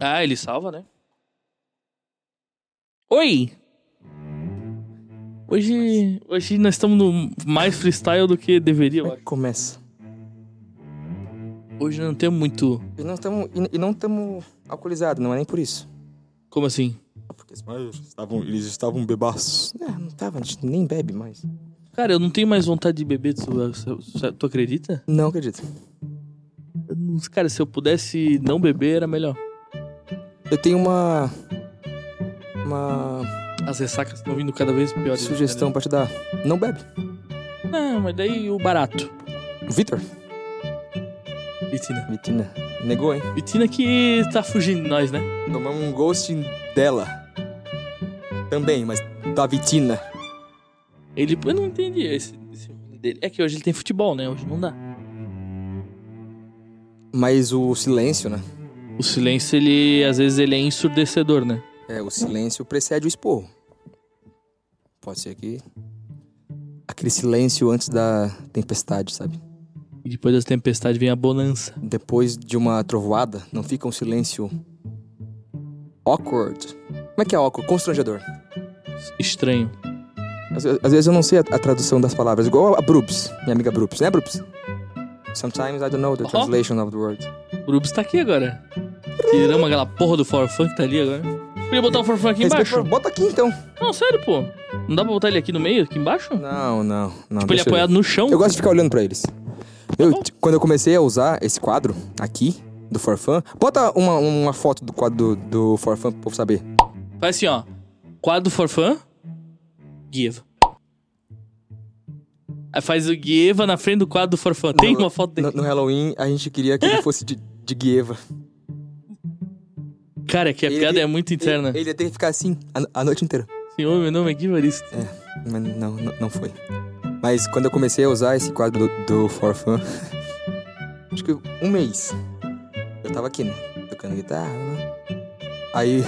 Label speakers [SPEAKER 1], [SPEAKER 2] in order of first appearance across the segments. [SPEAKER 1] Ah, ele salva, né?
[SPEAKER 2] Oi!
[SPEAKER 1] Hoje, hoje nós estamos no mais freestyle do que deveria, eu
[SPEAKER 2] Como é que
[SPEAKER 1] acho.
[SPEAKER 2] começa?
[SPEAKER 1] Hoje não temos muito.
[SPEAKER 2] E não estamos e, e não estamos alcoolizados, não é nem por isso.
[SPEAKER 1] Como assim?
[SPEAKER 2] Porque
[SPEAKER 3] Mas eles estavam, eles estavam bebaços.
[SPEAKER 2] É, não, não tava, a gente nem bebe mais.
[SPEAKER 1] Cara, eu não tenho mais vontade de beber. Tu, tu- tu acredita?
[SPEAKER 2] Não acredito.
[SPEAKER 1] Eu não- Cara, se eu pudesse não beber, era melhor.
[SPEAKER 2] Eu tenho uma uma
[SPEAKER 1] As ressacas estão vindo cada vez piores.
[SPEAKER 2] sugestão pra te dar. Não bebe.
[SPEAKER 1] entendeu? Não, mas daí o barato.
[SPEAKER 2] Vitor,
[SPEAKER 1] Vitina.
[SPEAKER 2] Vitina, negou, hein?
[SPEAKER 1] Vitina que tá fugindo de nós, né?
[SPEAKER 2] Tomamos um ghosting dela. Também, mas da Vitina.
[SPEAKER 1] Ele. Eu não entendi esse, esse rolê dele. É que hoje ele tem futebol, né? Hoje não dá.
[SPEAKER 2] Mas o silêncio, né?
[SPEAKER 1] O silêncio, ele. Às vezes ele é ensurdecedor, né?
[SPEAKER 2] É, o silêncio precede o esporro. Pode ser que aquele silêncio antes da tempestade, sabe?
[SPEAKER 1] E depois das tempestades vem a bonança.
[SPEAKER 2] depois de uma trovoada, não fica um silêncio awkward. Como é que é awkward? Constrangedor.
[SPEAKER 1] Estranho.
[SPEAKER 2] Às, ve- às vezes eu não sei a, a tradução das palavras, igual a Brubs, minha amiga Brubs, né, Brubs? Sometimes I don't know the
[SPEAKER 1] Aham.
[SPEAKER 2] translation of the word.
[SPEAKER 1] O Rubens tá aqui agora. Tiramos aquela porra do Forfun que tá ali agora. Podia botar o Forfun aqui
[SPEAKER 2] Respeito
[SPEAKER 1] embaixo.
[SPEAKER 2] pra- Bota aqui então.
[SPEAKER 1] Não, sério, pô. Não dá pra botar ele aqui no meio, aqui embaixo?
[SPEAKER 2] Não, não, não.
[SPEAKER 1] tipo, ele
[SPEAKER 2] deixa eu-
[SPEAKER 1] apoiado no chão.
[SPEAKER 2] Eu gosto de ficar olhando pra eles. Eu,
[SPEAKER 1] bom.
[SPEAKER 2] t- quando eu comecei a usar esse quadro aqui, do Forfan, bota uma, uma foto do quadro do, do Forfan pro povo saber.
[SPEAKER 1] Faz assim, ó. Quadro Forfun. Give. Aí faz o Gieva na frente do quadro do Forfun. Tem
[SPEAKER 2] No-
[SPEAKER 1] uma foto dele.
[SPEAKER 2] No, no Halloween, a gente queria que ele fosse de, de Guieva.
[SPEAKER 1] Cara, que a
[SPEAKER 2] Ele-
[SPEAKER 1] piada é muito interna.
[SPEAKER 2] Ele, ele ia ter que ficar assim a, a noite inteira.
[SPEAKER 1] Senhor, meu nome é Guivaristo.
[SPEAKER 2] Mas não, não, não foi. Mas quando eu comecei a usar esse quadro do, do For Fun, acho que um mês, eu tava aqui, né? Tocando guitarra. né? Aí,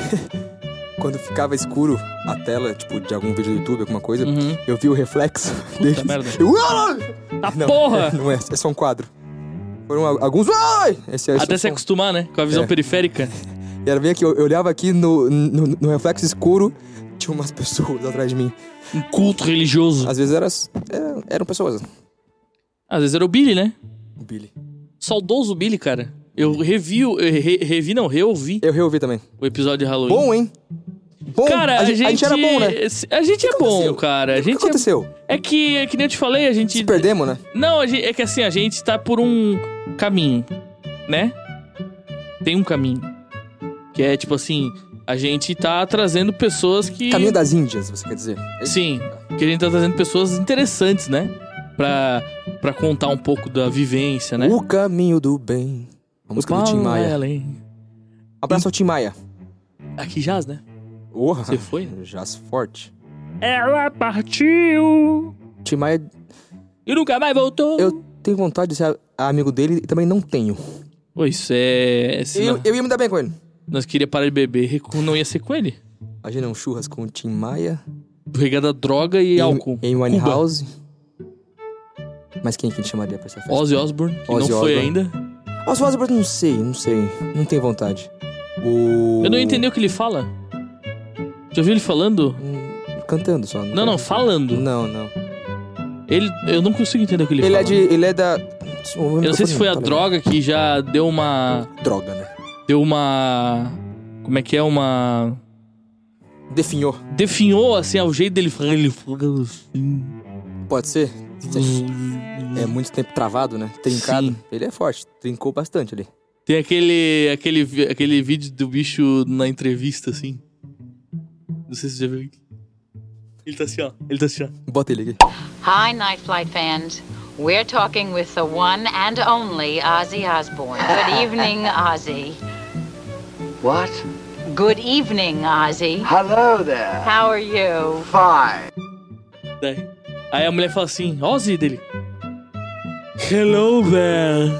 [SPEAKER 2] quando ficava escuro a tela, tipo, de algum vídeo do YouTube, alguma coisa,
[SPEAKER 1] Uhum.
[SPEAKER 2] eu vi o reflexo
[SPEAKER 1] Puta
[SPEAKER 2] deles.
[SPEAKER 1] merda.
[SPEAKER 2] Eu, "Ah!"
[SPEAKER 1] Tá
[SPEAKER 2] não,
[SPEAKER 1] porra!
[SPEAKER 2] Não é, é só um quadro. Foram a- alguns. Ai! Esse é
[SPEAKER 1] Até se
[SPEAKER 2] esse é o som.
[SPEAKER 1] acostumar, né? Com a visão
[SPEAKER 2] É.
[SPEAKER 1] periférica.
[SPEAKER 2] E Era bem aqui, eu, eu olhava aqui no, no, no reflexo escuro, tinha umas pessoas atrás de mim.
[SPEAKER 1] Um culto religioso.
[SPEAKER 2] Às vezes era, era- eram pessoas.
[SPEAKER 1] Às vezes era o Billy, né?
[SPEAKER 2] O Billy.
[SPEAKER 1] Saudoso Billy, cara. Eu revi, o- eu re- revi não, reouvi
[SPEAKER 2] Eu reouvi também.
[SPEAKER 1] o episódio de Halloween.
[SPEAKER 2] Bom, hein? Bom,
[SPEAKER 1] cara, a gente,
[SPEAKER 2] era bom, né?
[SPEAKER 1] A gente é bom,
[SPEAKER 2] aconteceu?
[SPEAKER 1] cara. A
[SPEAKER 2] O que
[SPEAKER 1] gente é...
[SPEAKER 2] aconteceu?
[SPEAKER 1] é que, é que nem eu te falei, a gente...
[SPEAKER 2] Se perdemos, né?
[SPEAKER 1] Não, a gente- é que assim, a gente tá por um caminho, né? Tem um caminho. Que é tipo assim, a gente tá trazendo pessoas que...
[SPEAKER 2] Caminho das Índias, você quer dizer?
[SPEAKER 1] Sim, que a gente tá trazendo pessoas interessantes, né? Pra, pra contar um pouco da vivência, né?
[SPEAKER 2] O caminho do bem. A música do Tim
[SPEAKER 1] Paulo
[SPEAKER 2] Maia. Um
[SPEAKER 1] Allen.
[SPEAKER 2] Abraço ao Tim Maia.
[SPEAKER 1] Aqui jaz, né?
[SPEAKER 2] Porra.
[SPEAKER 1] Você foi, né?
[SPEAKER 2] Já forte.
[SPEAKER 1] Ela partiu
[SPEAKER 2] Tim Maia,
[SPEAKER 1] e nunca mais voltou.
[SPEAKER 2] eu tenho vontade de ser a- amigo dele e também não tenho.
[SPEAKER 1] Pô, isso é. se
[SPEAKER 2] Eu,
[SPEAKER 1] nós-
[SPEAKER 2] eu ia me dar bem com ele.
[SPEAKER 1] Nós queríamos parar de beber, recu- não ia ser com ele.
[SPEAKER 2] Imagina um churras com o Tim Maia.
[SPEAKER 1] Regada droga e álcool.
[SPEAKER 2] Em
[SPEAKER 1] Cuba.
[SPEAKER 2] Winehouse. Mas quem é que a gente chamaria pra essa festa?
[SPEAKER 1] Ozzy Osbourne, que
[SPEAKER 2] Ozzy
[SPEAKER 1] não foi
[SPEAKER 2] Osbourne.
[SPEAKER 1] ainda.
[SPEAKER 2] Ozzy Osbourne, não sei, não sei. Não tenho vontade. O...
[SPEAKER 1] Eu não entendi o que ele fala. Já viu ele falando?
[SPEAKER 2] Hum, Cantando só.
[SPEAKER 1] Não, não, falando.
[SPEAKER 2] Não, não.
[SPEAKER 1] Ele, eu não consigo entender o que ele,
[SPEAKER 2] Ele
[SPEAKER 1] fala.
[SPEAKER 2] é de. Tá Ele é da.
[SPEAKER 1] Eu não sei se foi a droga que já deu uma.
[SPEAKER 2] Droga, né?
[SPEAKER 1] Deu uma. Como é que é? Uma.
[SPEAKER 2] Definhou.
[SPEAKER 1] Definhou assim, o jeito dele falar. Ele fala assim.
[SPEAKER 2] Pode ser? É muito tempo travado, né? Trincado.
[SPEAKER 1] Hum. Sim.
[SPEAKER 2] Ele é forte. Trincou bastante ali.
[SPEAKER 1] Tem aquele, aquele, vi- aquele vídeo do bicho na entrevista, assim. Não sei se você já viu. Ele tá assim, ó. Ele tá assim, ó.
[SPEAKER 2] Bota ele aqui.
[SPEAKER 4] Hi, Night Flight fans. We're talking with the one and only Ozzy Osbourne. Good evening, Ozzy.
[SPEAKER 5] What?
[SPEAKER 4] Good evening, Ozzy.
[SPEAKER 5] Hello there.
[SPEAKER 4] How are you?
[SPEAKER 5] Fine.
[SPEAKER 1] Daí. Aí a mulher fala assim, Ozzy dele. Hello there.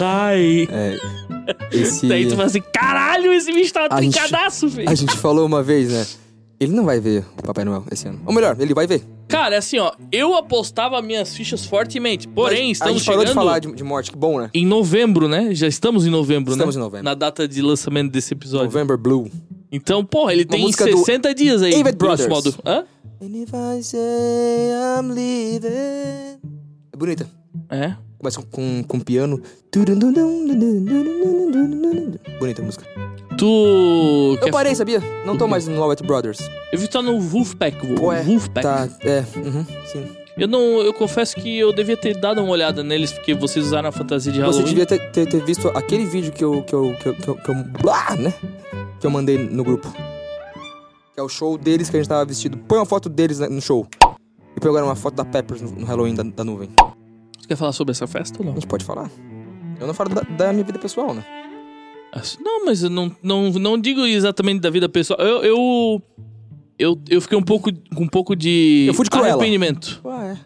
[SPEAKER 1] Hi.
[SPEAKER 2] É. Esse.
[SPEAKER 1] Daí tu fala assim, caralho, esse bicho tá
[SPEAKER 2] A gente-
[SPEAKER 1] trincadaço,
[SPEAKER 2] A
[SPEAKER 1] velho.
[SPEAKER 2] gente falou uma vez, né? Ele não vai ver o Papai Noel esse ano. Ou melhor, ele vai ver.
[SPEAKER 1] Cara, assim, ó, eu apostava minhas fichas fortemente. Porém,
[SPEAKER 2] a
[SPEAKER 1] estamos
[SPEAKER 2] gente parou
[SPEAKER 1] chegando
[SPEAKER 2] de falar de, de morte, que bom, né?
[SPEAKER 1] em novembro, né? Já estamos em novembro,
[SPEAKER 2] Estamos
[SPEAKER 1] né?
[SPEAKER 2] em novembro.
[SPEAKER 1] Na data de lançamento desse episódio.
[SPEAKER 2] November Blue.
[SPEAKER 1] Então, porra, ele tem
[SPEAKER 2] música do
[SPEAKER 1] 60 dias aí.
[SPEAKER 2] David
[SPEAKER 1] grosso
[SPEAKER 2] Brothers.
[SPEAKER 1] modo. Hã?
[SPEAKER 2] And if I say I'm leaving... É bonita.
[SPEAKER 1] É.
[SPEAKER 2] Começa com, com, com piano. Bonita a música.
[SPEAKER 1] Tu.
[SPEAKER 2] Eu
[SPEAKER 1] quer-
[SPEAKER 2] parei, sabia? Não tô mais no Lowett Brothers.
[SPEAKER 1] Eu vi que tá no Wolfpack, Wolf-
[SPEAKER 2] Ué,
[SPEAKER 1] Wolfpack.
[SPEAKER 2] Tá, é. Uhum, sim.
[SPEAKER 1] Eu não. Eu confesso que eu devia ter dado uma olhada neles, porque vocês usaram a fantasia de Halloween.
[SPEAKER 2] Você devia ter, ter, ter visto aquele vídeo que eu... Que eu, que eu, que eu, que eu- blá, né? Que eu mandei no grupo. Que é o show deles que a gente tava vestido. Põe uma foto deles né, no show. E pegaram uma foto da Peppers no, no Halloween da, da nuvem.
[SPEAKER 1] Você quer falar sobre essa festa ou
[SPEAKER 2] A
[SPEAKER 1] não?
[SPEAKER 2] gente pode falar. Eu não falo da, da minha vida pessoal, né?
[SPEAKER 1] Assim, Não, mas eu não, não, não digo exatamente da vida pessoal. Eu. Eu, eu, eu fiquei um pouco, com um pouco de.
[SPEAKER 2] Eu fui de Cruella.
[SPEAKER 1] arrependimento.
[SPEAKER 2] Ah, é.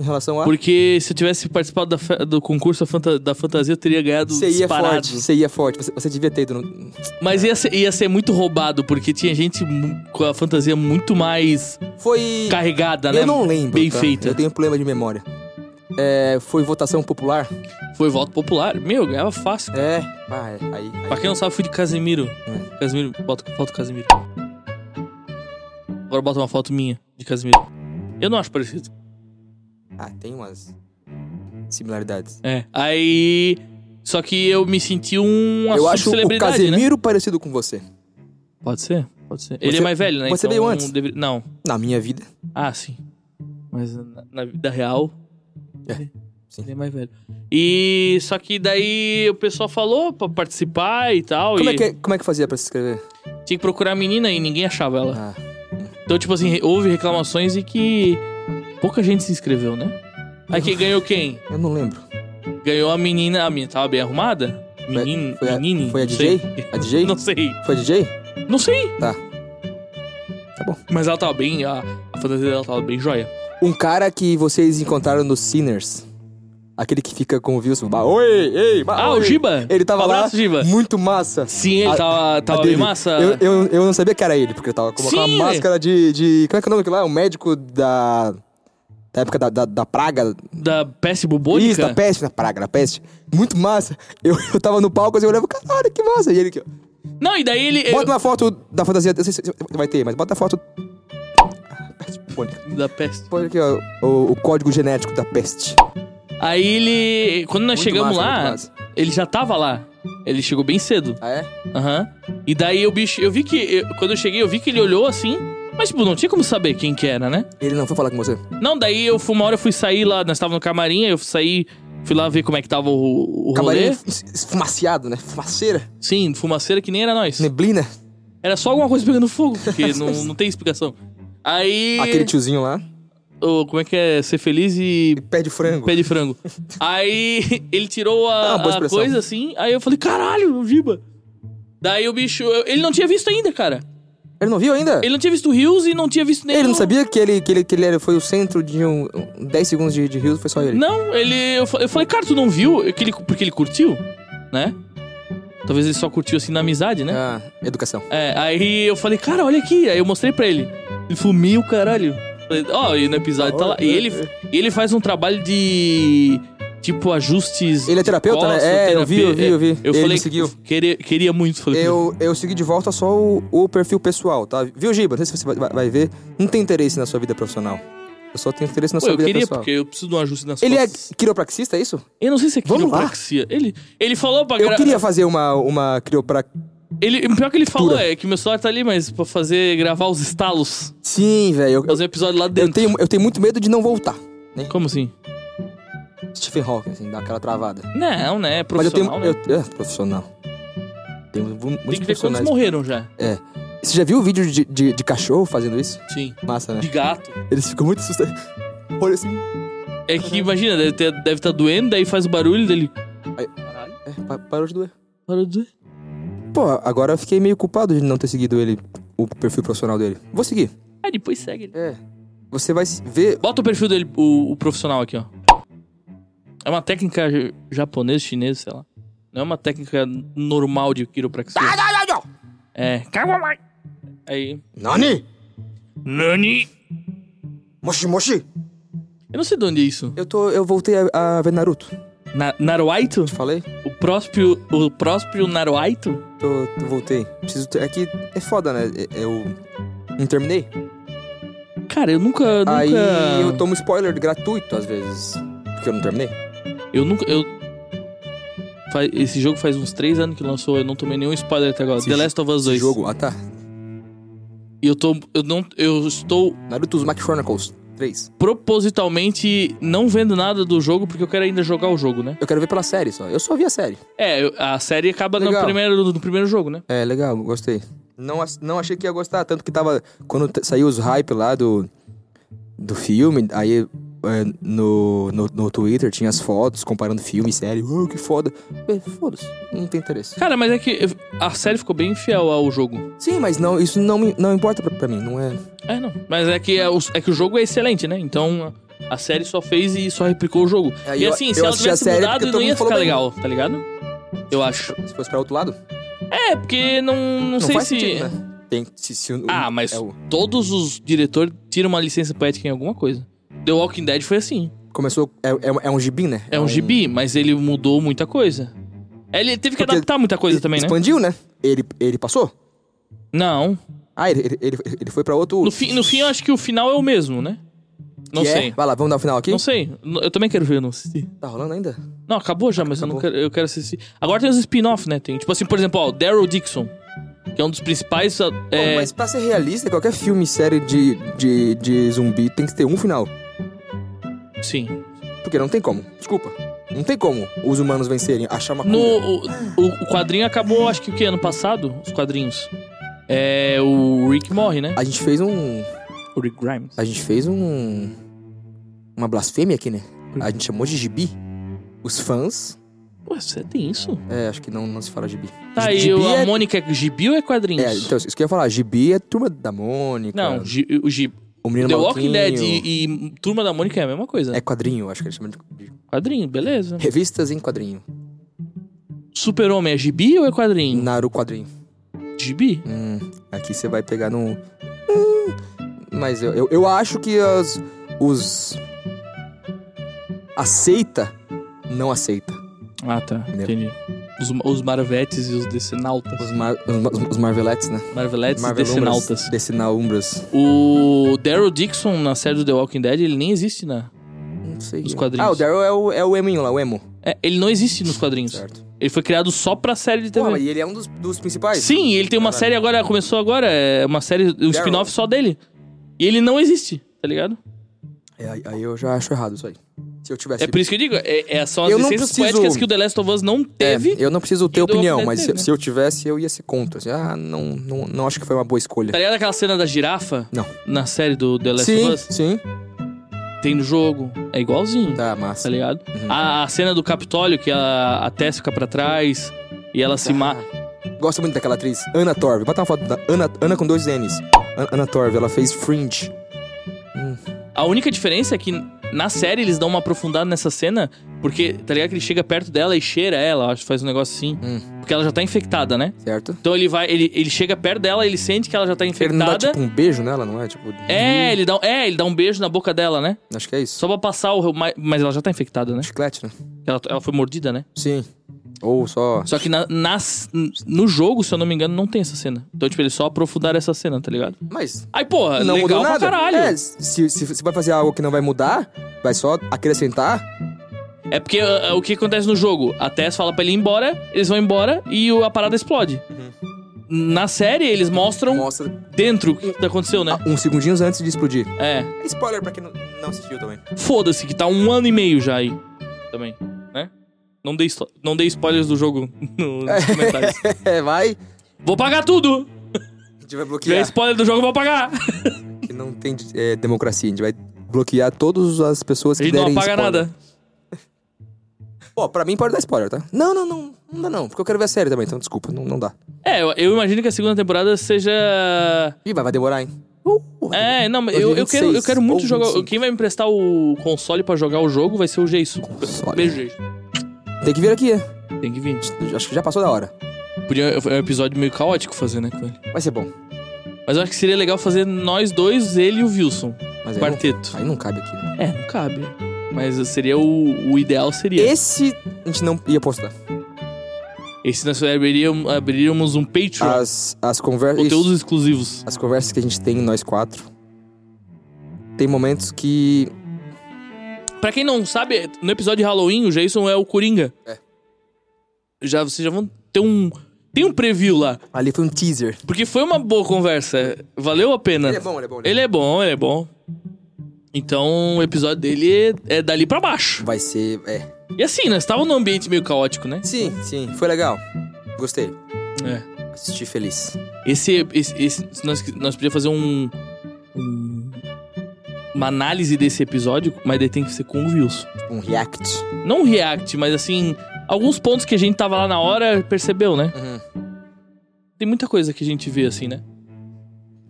[SPEAKER 2] Em relação a...
[SPEAKER 1] Porque se eu tivesse participado da fe- do concurso da fanta- da fantasia, eu teria ganhado
[SPEAKER 2] Você ia
[SPEAKER 1] disparado.
[SPEAKER 2] forte, você ia forte. Você, você devia ter ido no...
[SPEAKER 1] Mas ia ser, ia ser muito roubado, porque tinha gente mu- com a fantasia muito mais
[SPEAKER 2] Foi...
[SPEAKER 1] carregada, né?
[SPEAKER 2] Eu não lembro.
[SPEAKER 1] Bem
[SPEAKER 2] tá?
[SPEAKER 1] feita.
[SPEAKER 2] Eu tenho problema de memória. É, foi votação popular?
[SPEAKER 1] Foi voto popular. Meu, eu ganhava fácil.
[SPEAKER 2] É. Ah, é. Aí. aí-
[SPEAKER 1] Pra quem não sabe, fui de Casemiro. Casemiro, bota foto do Casemiro. Agora bota uma foto minha de Casemiro. Eu não acho parecido.
[SPEAKER 2] Ah, tem umas similaridades.
[SPEAKER 1] É. Aí. Só que eu me senti um
[SPEAKER 2] eu acho o
[SPEAKER 1] subcelebridade, né?
[SPEAKER 2] Casemiro parecido com você.
[SPEAKER 1] Pode ser, pode ser. Ele
[SPEAKER 2] Você-
[SPEAKER 1] é mais velho, né?
[SPEAKER 2] você
[SPEAKER 1] então
[SPEAKER 2] veio antes?
[SPEAKER 1] deveria- Não.
[SPEAKER 2] Na minha vida.
[SPEAKER 1] Ah, sim. Mas na, na vida real.
[SPEAKER 2] É,
[SPEAKER 1] ele-
[SPEAKER 2] sim.
[SPEAKER 1] Ele é mais velho. E só que daí o pessoal falou pra participar e tal.
[SPEAKER 2] Como
[SPEAKER 1] e
[SPEAKER 2] é, que, como é que fazia pra se inscrever?
[SPEAKER 1] Tinha que procurar a menina e ninguém achava ela.
[SPEAKER 2] Ah,
[SPEAKER 1] Então, tipo assim, re- houve reclamações e que pouca gente se inscreveu, né? Aí quem ganhou quem?
[SPEAKER 2] eu não lembro.
[SPEAKER 1] Ganhou a menina. A menina tava bem arrumada? Menino,
[SPEAKER 2] foi a-
[SPEAKER 1] menine,
[SPEAKER 2] foi a
[SPEAKER 1] não
[SPEAKER 2] DJ?
[SPEAKER 1] sei.
[SPEAKER 2] A DJ?
[SPEAKER 1] Não sei.
[SPEAKER 2] Foi DJ?
[SPEAKER 1] Não sei.
[SPEAKER 2] Tá. Tá bom.
[SPEAKER 1] Mas ela tava bem. A, a fantasia dela tava bem joia.
[SPEAKER 2] Um cara que vocês encontraram no Sinners. Aquele que fica com o Wilson. Bah, oi, ei, bah,
[SPEAKER 1] Ah, o
[SPEAKER 2] oi.
[SPEAKER 1] Giba?
[SPEAKER 2] Ele tava
[SPEAKER 1] Um
[SPEAKER 2] lá.
[SPEAKER 1] abraço, Giba.
[SPEAKER 2] Muito massa.
[SPEAKER 1] Sim, ele
[SPEAKER 2] A-
[SPEAKER 1] tava,
[SPEAKER 2] A
[SPEAKER 1] tava bem
[SPEAKER 2] dele.
[SPEAKER 1] massa.
[SPEAKER 2] Eu, eu, eu não sabia que era ele, porque eu tava com uma- com uma
[SPEAKER 1] Sim,
[SPEAKER 2] máscara de, de. Como é que é o nome daquilo lá? O médico da. Da época da, da, da praga.
[SPEAKER 1] Da peste bubônica?
[SPEAKER 2] Isso, da peste, da praga, da peste. Muito massa. Eu, eu tava no palco, assim, eu olhava, caralho, que massa. E ele aqui, ó.
[SPEAKER 1] Não, e daí ele.
[SPEAKER 2] Bota uma foto da fantasia. Eu sei se vai ter, mas bota a foto. Ah, peste bubônica.
[SPEAKER 1] Da peste.
[SPEAKER 2] Põe aqui, ó, o, o código genético da peste.
[SPEAKER 1] Aí ele. Quando nós
[SPEAKER 2] Muito
[SPEAKER 1] chegamos
[SPEAKER 2] massa, muito
[SPEAKER 1] lá,
[SPEAKER 2] massa.
[SPEAKER 1] ele já tava lá. Ele chegou bem cedo.
[SPEAKER 2] Ah, é?
[SPEAKER 1] Aham. E daí o bicho. Eu vi que. eu- quando eu cheguei, eu vi que ele olhou assim. Mas, tipo, não tinha como saber quem que era, né?
[SPEAKER 2] Ele não foi falar com você.
[SPEAKER 1] Não, daí eu fui. Uma hora eu fui sair lá. Nós tava no camarim, aí eu saí. Fui lá ver como é que tava o, o
[SPEAKER 2] Camarim
[SPEAKER 1] rolê.
[SPEAKER 2] es- esfumaciado, né? Fumaceira,
[SPEAKER 1] Sim, fumaceira que nem era nós.
[SPEAKER 2] neblina.
[SPEAKER 1] Era só alguma coisa pegando fogo, porque não, não tem explicação. Aí.
[SPEAKER 2] Aquele tipo- tiozinho lá.
[SPEAKER 1] ô, como é que é? Ser feliz e
[SPEAKER 2] Pé de frango.
[SPEAKER 1] Pé de frango. aí ele tirou a,
[SPEAKER 2] Ah, boa
[SPEAKER 1] a
[SPEAKER 2] expressão.
[SPEAKER 1] coisa assim, aí eu falei, caralho, o Giba. Daí o bicho, eu- ele não tinha visto ainda, cara.
[SPEAKER 2] Ele não viu ainda?
[SPEAKER 1] Ele não tinha visto o Rios e não tinha visto nem.
[SPEAKER 2] Ele não
[SPEAKER 1] o-
[SPEAKER 2] sabia que ele, que ele, que ele era- foi o centro de um, um 10 segundos de, de rios, foi só ele.
[SPEAKER 1] Não, ele. Eu, fa- eu falei, cara, tu não viu? Eu- que ele- porque ele curtiu, né? Talvez ele só curtiu assim na amizade, né?
[SPEAKER 2] Ah, educação.
[SPEAKER 1] É, aí eu falei, cara, olha aqui. Aí eu mostrei pra ele. Ele fumiu, caralho. Falei, Ó, e no episódio tá lá. E ele, e ele faz um trabalho de. Tipo, ajustes.
[SPEAKER 2] Ele é
[SPEAKER 1] de
[SPEAKER 2] terapeuta, né?
[SPEAKER 1] costas,
[SPEAKER 2] É, eu vi, eu vi, eu vi.
[SPEAKER 1] Eu
[SPEAKER 2] Ele
[SPEAKER 1] falei,
[SPEAKER 2] me seguiu.
[SPEAKER 1] Queria, queria muito. Falei,
[SPEAKER 2] Eu, eu segui de volta só o, o perfil pessoal, tá? Viu, Giba? Não sei se você vai, vai ver. Não tem interesse na sua vida profissional. Eu só tenho interesse na
[SPEAKER 1] Pô,
[SPEAKER 2] sua
[SPEAKER 1] eu
[SPEAKER 2] vida
[SPEAKER 1] queria,
[SPEAKER 2] pessoal.
[SPEAKER 1] porque eu preciso de um ajuste nas
[SPEAKER 2] Ele é
[SPEAKER 1] costas.
[SPEAKER 2] quiropraxista, é isso?
[SPEAKER 1] Eu não sei se é
[SPEAKER 2] Vamos lá.
[SPEAKER 1] quiropraxia. Ele, ele falou pra...
[SPEAKER 2] Eu
[SPEAKER 1] gra-
[SPEAKER 2] queria fazer uma, uma crioprac...
[SPEAKER 1] Ele, o pior que ele falou
[SPEAKER 2] Tura.
[SPEAKER 1] é que meu celular tá ali, mas pra fazer... Gravar os estalos.
[SPEAKER 2] Sim, velho. Eu,
[SPEAKER 1] Fazer um episódio lá
[SPEAKER 2] eu,
[SPEAKER 1] dentro.
[SPEAKER 2] tenho, eu tenho muito medo de não voltar.
[SPEAKER 1] Como assim?
[SPEAKER 2] Stephen Hawking, assim, dá aquela travada.
[SPEAKER 1] Não, né? É
[SPEAKER 2] Mas eu tenho...
[SPEAKER 1] profissional, né?
[SPEAKER 2] Eu, é, profissional. Tem mu-
[SPEAKER 1] Tem que
[SPEAKER 2] muitos
[SPEAKER 1] ver quantos
[SPEAKER 2] profissionais.
[SPEAKER 1] morreram já.
[SPEAKER 2] É. Você já viu o vídeo de, de, de cachorro fazendo isso?
[SPEAKER 1] Sim.
[SPEAKER 2] Massa, né?
[SPEAKER 1] De gato.
[SPEAKER 2] Eles ficam muito assustados. Olha assim.
[SPEAKER 1] É que imagina, deve estar deve tá doendo, daí faz o barulho dele.
[SPEAKER 2] Aí-
[SPEAKER 1] Caralho,
[SPEAKER 2] É, pa- parou de doer.
[SPEAKER 1] parou de doer.
[SPEAKER 2] Pô, agora eu fiquei meio culpado de não ter seguido ele, o perfil profissional dele. Vou seguir.
[SPEAKER 1] Aí depois segue ele.
[SPEAKER 2] É. Você vai se- ver.
[SPEAKER 1] Bota o perfil dele, o, o profissional aqui, ó. É uma técnica j- japonesa, chinesa, sei lá. Não é uma técnica normal de quiropraxia. É. Aí.
[SPEAKER 2] Nani!
[SPEAKER 1] Nani!
[SPEAKER 3] Moshi, moshi!
[SPEAKER 1] Eu não sei de onde é isso.
[SPEAKER 2] Eu, tô, eu voltei a, a ver Naruto.
[SPEAKER 1] Na, Naruaito?
[SPEAKER 2] Te falei?
[SPEAKER 1] O próprio, o próprio Naruaito?
[SPEAKER 2] Tô, tô- voltei. Preciso ter. É que é foda, né? É- Eu. Não terminei.
[SPEAKER 1] Cara, eu nunca, nunca...
[SPEAKER 2] Aí eu tomo spoiler gratuito às vezes. Porque eu não terminei.
[SPEAKER 1] Eu nunca. Eu... Fa- Esse jogo faz uns 3 anos que lançou, eu não tomei nenhum spoiler até agora.
[SPEAKER 2] Esse
[SPEAKER 1] The
[SPEAKER 2] jo-
[SPEAKER 1] Last of Us
[SPEAKER 2] Esse
[SPEAKER 1] 2.
[SPEAKER 2] jogo. Ah tá.
[SPEAKER 1] E eu tô. Eu não. Eu estou
[SPEAKER 2] Naruto's Mac Chronicles 3.
[SPEAKER 1] propositalmente não vendo nada do jogo, porque eu quero ainda jogar o jogo, né?
[SPEAKER 2] Eu quero ver pela série só. Eu só vi a série.
[SPEAKER 1] É, eu- a série acaba no
[SPEAKER 2] Legal.
[SPEAKER 1] primeiro, no primeiro jogo, né?
[SPEAKER 2] É, legal, gostei. Não, ac- não achei que ia gostar, tanto que tava. Quando t- saiu os hype lá do, do filme, aí é, no, no, no Twitter tinha as fotos comparando filme e série. Oh, que foda. Bem, Foda-se, não tem interesse.
[SPEAKER 1] Cara, mas é que eu- a série ficou bem fiel ao jogo.
[SPEAKER 2] Sim, mas não, isso não, me- não importa pra, pra mim, não é.
[SPEAKER 1] É, não. Mas é que, é, o- é que o jogo é excelente, né? Então a a série só fez e só replicou o jogo.
[SPEAKER 2] É,
[SPEAKER 1] e
[SPEAKER 2] eu-
[SPEAKER 1] assim,
[SPEAKER 2] eu
[SPEAKER 1] se ela
[SPEAKER 2] assisti a
[SPEAKER 1] tivesse
[SPEAKER 2] série
[SPEAKER 1] mudado,
[SPEAKER 2] porque
[SPEAKER 1] não
[SPEAKER 2] todo
[SPEAKER 1] ia
[SPEAKER 2] mundo
[SPEAKER 1] ficar
[SPEAKER 2] falou bem.
[SPEAKER 1] legal, tá ligado? Eu acho.
[SPEAKER 2] Se fosse pra outro lado, não,
[SPEAKER 1] É, porque não, não, sei
[SPEAKER 2] faz
[SPEAKER 1] se.
[SPEAKER 2] sentido, né? Tem, se, se o-
[SPEAKER 1] Ah, mas
[SPEAKER 2] é o-
[SPEAKER 1] todos os diretores tiram uma licença poética em alguma coisa. The Walking Dead foi assim.
[SPEAKER 2] começou. É, é, é um gibi, né?
[SPEAKER 1] É um gibi, mas ele mudou muita coisa. Ele teve que
[SPEAKER 2] Porque
[SPEAKER 1] adaptar muita coisa também, né?
[SPEAKER 2] Expandiu, né? Ele, ele passou?
[SPEAKER 1] Não.
[SPEAKER 2] Ah, ele, ele, ele, ele foi pra outro.
[SPEAKER 1] No, fim, no fim, eu acho que o final é o mesmo, né? Não
[SPEAKER 2] que é-
[SPEAKER 1] sei.
[SPEAKER 2] Vai lá, vamos dar o final aqui?
[SPEAKER 1] Não sei. N- Eu também quero ver, eu não assisti.
[SPEAKER 2] Tá rolando ainda?
[SPEAKER 1] Não, acabou já, mas eu não
[SPEAKER 2] Acabou.
[SPEAKER 1] quero, eu quero assistir. Agora tem os spin-off, né? Tem, tipo assim, por exemplo, ó, o Daryl Dixon, que é um dos principais. a-
[SPEAKER 2] Pô,
[SPEAKER 1] é,
[SPEAKER 2] mas pra ser realista, qualquer filme, série de, de, de zumbi tem que ter um final.
[SPEAKER 1] Sim.
[SPEAKER 2] Porque não tem como. Desculpa. Não tem como os humanos vencerem, achar uma
[SPEAKER 1] No,
[SPEAKER 2] cura.
[SPEAKER 1] o, o- o quadrinho acabou, acho que o que? Ano passado? Os quadrinhos. É. O Rick morre, né?
[SPEAKER 2] A gente fez um.
[SPEAKER 1] O Rick Grimes.
[SPEAKER 2] A gente fez um. Uma blasfêmia aqui, né? A gente chamou de gibi. Os fãs.
[SPEAKER 1] Ué, você tem isso?
[SPEAKER 2] É, acho que não, não se fala gibi.
[SPEAKER 1] Tá
[SPEAKER 2] Gi-
[SPEAKER 1] aí,
[SPEAKER 2] gibi
[SPEAKER 1] a
[SPEAKER 2] é...
[SPEAKER 1] Mônica é gibi ou é quadrinhos?
[SPEAKER 2] É, então, isso que eu ia falar. Gibi é turma da Mônica.
[SPEAKER 1] Não, gi- o gibi.
[SPEAKER 2] o menino
[SPEAKER 1] The Walking
[SPEAKER 2] Malquinho.
[SPEAKER 1] Dead e, e Turma da Mônica é a mesma coisa.
[SPEAKER 2] É quadrinho, acho que eles chamam de.
[SPEAKER 1] Quadrinho, beleza.
[SPEAKER 2] Revistas em quadrinho.
[SPEAKER 1] Super-Homem é gibi ou é quadrinho?
[SPEAKER 2] Naru quadrinho.
[SPEAKER 1] Gibi?
[SPEAKER 2] Hum, aqui você vai pegar num. Hum, mas eu, eu, eu acho que as, os. Aceita, não aceita.
[SPEAKER 1] Ah, tá.
[SPEAKER 2] Entendeu?
[SPEAKER 1] Entendi. Os, os Marvetes e os Decenautas.
[SPEAKER 2] Os, mar, os, ma- os Marvelettes, né?
[SPEAKER 1] Marveletes e
[SPEAKER 2] Umbras,
[SPEAKER 1] Decenautas.
[SPEAKER 2] Decenaumbras.
[SPEAKER 1] O Daryl Dixon, na série do The Walking Dead, ele nem existe né? na...
[SPEAKER 2] Não sei.
[SPEAKER 1] Os quadrinhos.
[SPEAKER 2] Ah, o Daryl é o, é o eminho lá, o emo.
[SPEAKER 1] É, ele não existe nos quadrinhos.
[SPEAKER 2] Certo.
[SPEAKER 1] Ele foi criado só pra série de TV.
[SPEAKER 2] Pô, e ele é um dos, dos principais? É,
[SPEAKER 1] Sim, ele tem uma série agora, começou agora, é uma série, um spin-off só dele. E ele não existe, tá ligado?
[SPEAKER 2] É, aí aí eu já acho errado isso aí. Se eu tivesse.
[SPEAKER 1] É por isso que eu digo, é, é- são as
[SPEAKER 2] Eu não
[SPEAKER 1] licenças
[SPEAKER 2] preciso-
[SPEAKER 1] poéticas que o The Last of Us não
[SPEAKER 2] É,
[SPEAKER 1] teve,
[SPEAKER 2] eu não preciso ter
[SPEAKER 1] E do
[SPEAKER 2] opinião,
[SPEAKER 1] Walking Dead
[SPEAKER 2] mas se,
[SPEAKER 1] teve, né?
[SPEAKER 2] se eu tivesse, eu ia ser contra. Assim, ah, não, não, não acho que foi uma boa escolha.
[SPEAKER 1] tá ligado aquela cena da girafa?
[SPEAKER 2] Não.
[SPEAKER 1] Na série do The Last
[SPEAKER 2] Sim,
[SPEAKER 1] of Us?
[SPEAKER 2] sim.
[SPEAKER 1] Tem no jogo, é igualzinho, tá,
[SPEAKER 2] Tá, massa.
[SPEAKER 1] ligado? A, a cena do Capitólio, que a, a Tess fica pra trás e ela
[SPEAKER 2] Tá.
[SPEAKER 1] se mata.
[SPEAKER 2] Gosto muito daquela atriz, Ana Torv. Bota uma foto da Ana, Ana com dois N's. An- Ana Torv, ela fez Fringe.
[SPEAKER 1] A única diferença é que na série eles dão uma aprofundada nessa cena, porque, tá ligado? Que ele chega perto dela e cheira ela, eu acho que faz um negócio assim.
[SPEAKER 2] Hum.
[SPEAKER 1] Porque ela já tá infectada, né?
[SPEAKER 2] Certo?
[SPEAKER 1] Então ele vai, ele, ele chega perto dela, ele sente que ela já tá
[SPEAKER 2] Ele não dá
[SPEAKER 1] infectada.
[SPEAKER 2] tipo um beijo nela, não é? Tipo.
[SPEAKER 1] É, ele dá, é, ele dá um beijo na boca dela, né?
[SPEAKER 2] Acho que é isso.
[SPEAKER 1] Só pra passar o. Mas, mas ela já tá infectada, né?
[SPEAKER 2] Chiclete, né?
[SPEAKER 1] Ela, ela foi mordida, né?
[SPEAKER 2] Sim. Ou só.
[SPEAKER 1] Só que na, nas- no jogo, se eu não me engano, não tem essa cena. Então, tipo, eles só aprofundaram essa cena, tá ligado?
[SPEAKER 2] Mas.
[SPEAKER 1] Aí, porra,
[SPEAKER 2] Não
[SPEAKER 1] Ah, legal
[SPEAKER 2] mudou nada.
[SPEAKER 1] pra caralho.
[SPEAKER 2] É, se, se, se vai fazer algo que não vai mudar, vai só acrescentar.
[SPEAKER 1] É porque ah, o que acontece no jogo? A Tess fala pra ele ir embora, eles vão embora e o- a parada explode.
[SPEAKER 2] Uhum.
[SPEAKER 1] Na série, eles mostram
[SPEAKER 2] Mostra
[SPEAKER 1] dentro o que que aconteceu, né?
[SPEAKER 2] ah, uns segundinhos antes de explodir.
[SPEAKER 1] É.
[SPEAKER 2] É Spoiler pra quem não, não assistiu também.
[SPEAKER 1] Foda-se, que tá um ano e meio já aí. Também, né? Não dei, esto- não dei spoilers do jogo no- nos comentários.
[SPEAKER 2] É, vai.
[SPEAKER 1] Vou pagar tudo!
[SPEAKER 2] A gente vai
[SPEAKER 1] Se tiver
[SPEAKER 2] bloquear.
[SPEAKER 1] spoiler do jogo, eu vou pagar!
[SPEAKER 2] Que não tem é, democracia. A gente vai bloquear todas as pessoas
[SPEAKER 1] A
[SPEAKER 2] que
[SPEAKER 1] gente não
[SPEAKER 2] derem
[SPEAKER 1] apaga
[SPEAKER 2] spoiler.
[SPEAKER 1] nada.
[SPEAKER 2] Pô, pra mim pode dar spoiler, tá? Não, não, não. Não dá não, porque eu quero ver a série também, então desculpa, não, não dá.
[SPEAKER 1] É, eu, eu imagino que a segunda temporada seja.
[SPEAKER 2] Ih, vai, vai demorar, hein? Uh, uh,
[SPEAKER 1] É, não, mas eu, eu, quero, eu
[SPEAKER 2] 2026
[SPEAKER 1] quero muito
[SPEAKER 2] ou
[SPEAKER 1] jogar.
[SPEAKER 2] 25.
[SPEAKER 1] Quem vai me emprestar o console pra jogar o jogo vai ser o Jason.
[SPEAKER 2] Console.
[SPEAKER 1] Beijo, Jason.
[SPEAKER 2] Tem que vir aqui.
[SPEAKER 1] Tem que vir.
[SPEAKER 2] Acho que já passou da hora.
[SPEAKER 1] Podia, é um episódio meio caótico fazer, né, com ele.
[SPEAKER 2] Vai ser bom.
[SPEAKER 1] Mas eu acho que seria legal fazer nós dois, ele e o Wilson.
[SPEAKER 2] Mas aí
[SPEAKER 1] Quarteto.
[SPEAKER 2] Não, aí não cabe aqui, né?
[SPEAKER 1] É, não cabe. Mas seria o, o ideal seria.
[SPEAKER 2] Esse a gente não ia postar.
[SPEAKER 1] Esse nós abriríamos, abriríamos um Patreon.
[SPEAKER 2] As, as conversas.
[SPEAKER 1] conteúdos exclusivos.
[SPEAKER 2] as conversas que a gente tem, nós quatro. Tem momentos que.
[SPEAKER 1] Pra quem não sabe, no episódio de Halloween, o Jason é o Coringa.
[SPEAKER 2] É.
[SPEAKER 1] Já, vocês já vão ter um... Tem um preview lá.
[SPEAKER 2] Ali foi um teaser.
[SPEAKER 1] Porque foi uma boa conversa. Valeu a pena.
[SPEAKER 2] Ele é bom, ele é bom.
[SPEAKER 1] Ele é bom, ele é bom. Então, o episódio dele é é dali pra baixo.
[SPEAKER 2] Vai ser. É.
[SPEAKER 1] E assim, nós estávamos num ambiente meio caótico, né?
[SPEAKER 2] Sim, sim. Foi legal. Gostei.
[SPEAKER 1] É.
[SPEAKER 2] Assisti feliz.
[SPEAKER 1] Esse, esse, esse- se nós, nós podíamos fazer um, um- Uma análise desse episódio, mas daí tem que ser com o Wilson.
[SPEAKER 2] Um react.
[SPEAKER 1] Não um react, mas assim, alguns pontos que a gente tava lá na hora percebeu, né?
[SPEAKER 2] Uhum.
[SPEAKER 1] Tem muita coisa que a gente vê assim, né?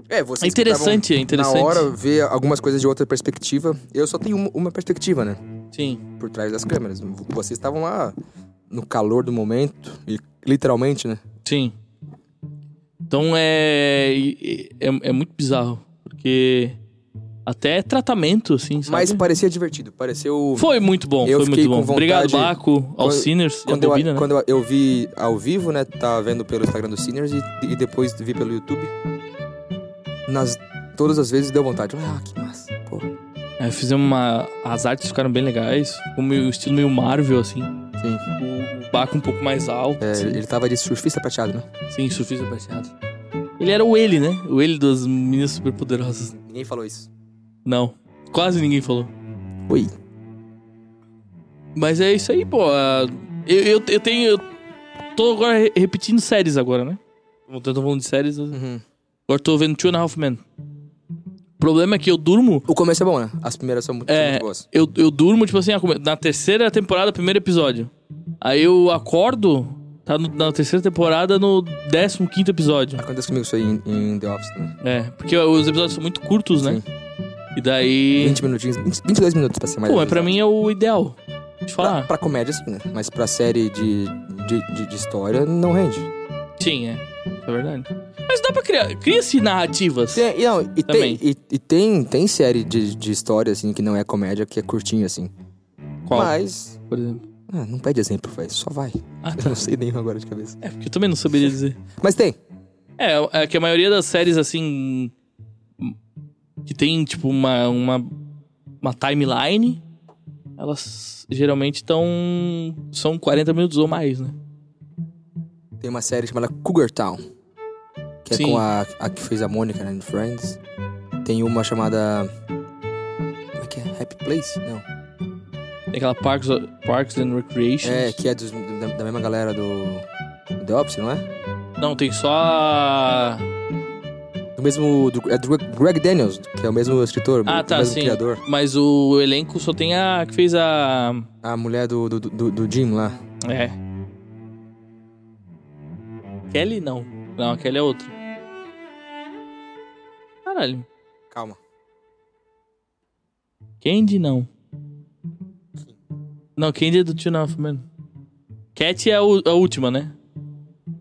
[SPEAKER 2] É, vocês
[SPEAKER 1] É
[SPEAKER 2] que
[SPEAKER 1] interessante, é
[SPEAKER 2] tavam
[SPEAKER 1] interessante.
[SPEAKER 2] Na hora, ver algumas coisas de outra perspectiva. Eu só tenho uma, uma perspectiva, né?
[SPEAKER 1] Sim.
[SPEAKER 2] Por trás das câmeras. Vocês estavam lá no calor do momento. E literalmente, né?
[SPEAKER 1] Sim. Então é, e- e- é. É muito bizarro. Porque. Até é tratamento, assim, sabe?
[SPEAKER 2] Mas parecia divertido. Pareceu.
[SPEAKER 1] Foi muito bom,
[SPEAKER 2] Eu
[SPEAKER 1] foi muito
[SPEAKER 2] fiquei
[SPEAKER 1] bom.
[SPEAKER 2] com vontade-
[SPEAKER 1] Obrigado, Baco, aos
[SPEAKER 2] Quando-
[SPEAKER 1] Sinners e a
[SPEAKER 2] Quando, eu,
[SPEAKER 1] Bobina, né?
[SPEAKER 2] quando eu- eu vi ao vivo, né? Tá vendo pelo Instagram do Sinners e, e depois vi pelo YouTube. Nas, todas as vezes deu vontade. Ah, que massa. Pô,
[SPEAKER 1] É, fizemos uma. As artes ficaram bem legais. Ficou meio, estilo meio Marvel, assim.
[SPEAKER 2] sim.
[SPEAKER 1] O, o Baco um pouco mais alto.
[SPEAKER 2] É,
[SPEAKER 1] assim.
[SPEAKER 2] ele tava de surfista prateado, né?
[SPEAKER 1] Sim, surfista prateado. Ele era o ele, né? O ele das meninas superpoderosas.
[SPEAKER 2] Ninguém falou isso.
[SPEAKER 1] Não. Quase ninguém falou.
[SPEAKER 2] Oi.
[SPEAKER 1] Mas é isso aí, pô. Ah, Eu, eu, eu tenho. Eu tô agora re- repetindo séries agora, né? Como eu tô falando de séries, eu-
[SPEAKER 2] Uhum.
[SPEAKER 1] agora tô vendo Two and a Half Men. O problema é que eu durmo.
[SPEAKER 2] O começo é bom, né? As primeiras são muito, são
[SPEAKER 1] É,
[SPEAKER 2] muito boas.
[SPEAKER 1] eu, eu durmo, tipo assim, ah, come- na terceira temporada, primeiro episódio. Aí eu acordo, tá no- na terceira temporada, no 15 quinto episódio.
[SPEAKER 2] Acontece comigo isso aí em, em The Office também.
[SPEAKER 1] É, porque os episódios são muito curtos, né?
[SPEAKER 2] Sim.
[SPEAKER 1] E daí.
[SPEAKER 2] 20 minutinhos, 20, 22 minutos pra ser mais.
[SPEAKER 1] Pô, mas
[SPEAKER 2] exato.
[SPEAKER 1] pra mim ah. é o ideal. De
[SPEAKER 2] Pra,
[SPEAKER 1] falar.
[SPEAKER 2] pra comédia, sim, né? Mas pra série de, de, de, de história, não rende.
[SPEAKER 1] Sim, é. É verdade. Mas dá pra criar. Cria-se narrativas.
[SPEAKER 2] Tem, e não, e
[SPEAKER 1] Também.
[SPEAKER 2] tem, e, e tem, tem série de, de história, assim, que não é comédia, que é curtinho, assim.
[SPEAKER 1] Qual,
[SPEAKER 2] Mas.
[SPEAKER 1] por exemplo?
[SPEAKER 2] Ah, não pede exemplo, vai. Só vai.
[SPEAKER 1] Ah,
[SPEAKER 2] Eu não sei nenhum agora de cabeça.
[SPEAKER 1] É, porque eu também não saberia dizer.
[SPEAKER 2] Mas tem.
[SPEAKER 1] É, é que a maioria das séries, assim. Que tem, tipo, uma. Uma, uma timeline. Elas geralmente estão. São 40 minutos ou mais, né?
[SPEAKER 2] Tem uma série chamada Cougar Town. Que é
[SPEAKER 1] Sim.
[SPEAKER 2] com a, a que fez a Mônica, né? em Friends. Tem uma chamada. Como é que é? Happy Place? Não.
[SPEAKER 1] Tem aquela Parks, Parks and Recreation.
[SPEAKER 2] É, que é dos- da, da mesma galera do. do The Office, não é?
[SPEAKER 1] Não, tem só. a-
[SPEAKER 2] Do mesmo. Do, é do Greg Daniels, que é o mesmo escritor,
[SPEAKER 1] Ah,
[SPEAKER 2] o
[SPEAKER 1] tá,
[SPEAKER 2] mesmo
[SPEAKER 1] sim.
[SPEAKER 2] criador.
[SPEAKER 1] Mas o elenco só tem a que fez a.
[SPEAKER 2] A mulher do, do, do, do Jim lá.
[SPEAKER 1] É. Kelly não. Não, a Kelly é outra. Caralho.
[SPEAKER 2] Calma.
[SPEAKER 1] Candy não. Não, Candy é do Tio Naf, mano. Cat é a, u- a última, né?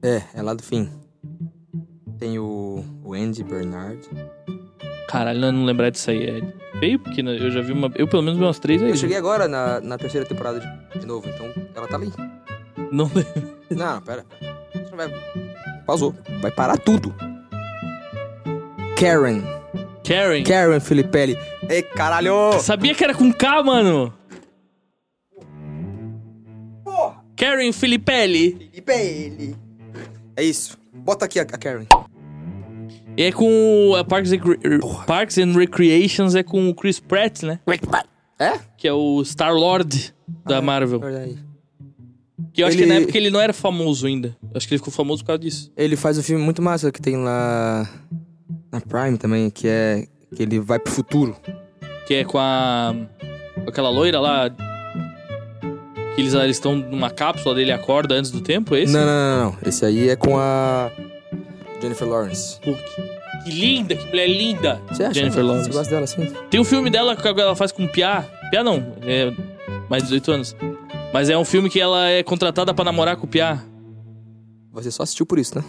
[SPEAKER 2] É, é lá do fim. Tem o, o Andy Bernard.
[SPEAKER 1] Caralho, eu não lembrar disso aí. É feio, porque né, eu já vi uma. Eu pelo menos vi umas três aí.
[SPEAKER 2] Eu cheguei agora na, na terceira temporada de, de novo, então ela tá ali.
[SPEAKER 1] Não lembro.
[SPEAKER 2] Não, pera. Você não vai. Pausou. Vai parar tudo. Karen.
[SPEAKER 1] Karen.
[SPEAKER 2] Karen Filipelli. Ei, caralho!
[SPEAKER 1] Sabia que era com K, mano?
[SPEAKER 2] Porra!
[SPEAKER 1] Karen Filipelli.
[SPEAKER 2] Filipelli. É isso. Bota aqui a, a Karen.
[SPEAKER 1] E é com o- a Parks, and Recre- Parks and Recreations é com o Chris Pratt, né?
[SPEAKER 2] É?
[SPEAKER 1] que é o Star Lord da Marvel.
[SPEAKER 2] Verdade.
[SPEAKER 1] Que eu acho que
[SPEAKER 2] Ah, é. Ele-
[SPEAKER 1] na época ele não era famoso ainda. Eu acho que ele ficou famoso por causa disso.
[SPEAKER 2] Ele faz um filme muito massa que tem lá na Prime também, que é. Que ele vai pro futuro.
[SPEAKER 1] Que é com a. com aquela loira lá. Que eles eles estão numa cápsula dele acorda antes do tempo, é esse?
[SPEAKER 2] Não, não, não, não. Esse aí é com a. Jennifer Lawrence.
[SPEAKER 1] Pô, que, que linda, que mulher linda!
[SPEAKER 2] Você acha?
[SPEAKER 1] Jennifer Lawrence.
[SPEAKER 2] Você gosta dela assim?
[SPEAKER 1] Tem um filme dela que ela faz com Piá. Piá não, é mais de 18 anos. Mas é um filme que ela é contratada pra namorar com o Piá.
[SPEAKER 2] Você só assistiu por isso, né?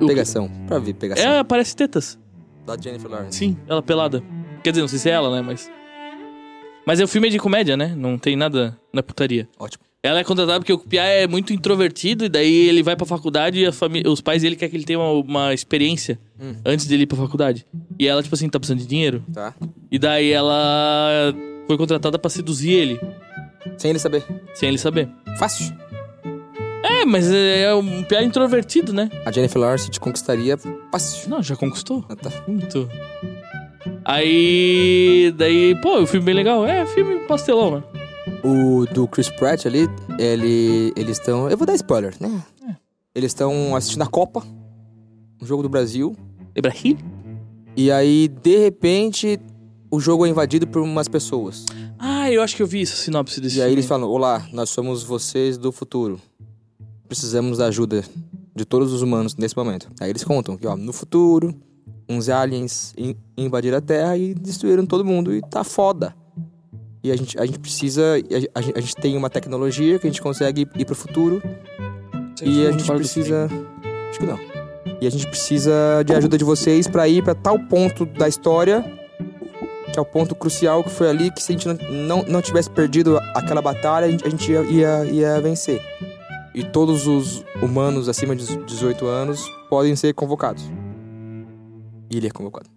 [SPEAKER 1] O-
[SPEAKER 2] Pegação. Pra ver, pegação.
[SPEAKER 1] É, parece tetas.
[SPEAKER 2] Da Jennifer Lawrence.
[SPEAKER 1] Sim, ela pelada. Quer dizer, não sei se é ela, né? Mas. Mas é um filme de comédia, né? Não tem nada na putaria.
[SPEAKER 2] Ótimo.
[SPEAKER 1] Ela é contratada porque o Piá é muito introvertido e daí ele vai pra faculdade e a fami- os pais dele querem que ele tenha uma, uma experiência
[SPEAKER 2] Hum.
[SPEAKER 1] antes dele ir pra faculdade. E ela, tipo assim, tá precisando de dinheiro.
[SPEAKER 2] Tá.
[SPEAKER 1] E daí ela foi contratada pra seduzir ele,
[SPEAKER 2] Sem ele saber.
[SPEAKER 1] sem ele saber.
[SPEAKER 2] Fácil.
[SPEAKER 1] É, mas é é um Piá introvertido, né?
[SPEAKER 2] A Jennifer Lawrence te conquistaria fácil.
[SPEAKER 1] Não, já conquistou.
[SPEAKER 2] Ah, tá.
[SPEAKER 1] Muito. Aí. Daí, pô, o filme bem legal. É, filme pastelão, né?
[SPEAKER 2] O do Chris Pratt ali, ele, eles estão. Eu vou dar spoiler, né?
[SPEAKER 1] É.
[SPEAKER 2] Eles estão assistindo a Copa, um jogo do Brasil.
[SPEAKER 1] Lembra Hit?
[SPEAKER 2] E aí, de repente, o jogo é invadido por umas pessoas.
[SPEAKER 1] Ah, eu acho que eu vi essa sinopse desse
[SPEAKER 2] E aí
[SPEAKER 1] filme.
[SPEAKER 2] eles falam: Olá, nós somos vocês do futuro. Precisamos da ajuda de todos os humanos nesse momento. Aí eles contam que, ó, no futuro, uns aliens in- invadiram a Terra e destruíram todo mundo. E tá foda. E a gente, a gente precisa. A, a- a gente tem uma tecnologia que a gente consegue ir- ir pro futuro. E
[SPEAKER 1] é
[SPEAKER 2] a
[SPEAKER 1] um
[SPEAKER 2] gente precisa. Acho que não. E a gente precisa de ajuda de vocês pra ir pra tal ponto da história, que é o ponto crucial que foi ali, que se a gente não, não, não tivesse perdido aquela batalha, a gente, a gente ia, ia, ia vencer. E todos os humanos acima de 18 anos podem ser convocados. E ele é convocado.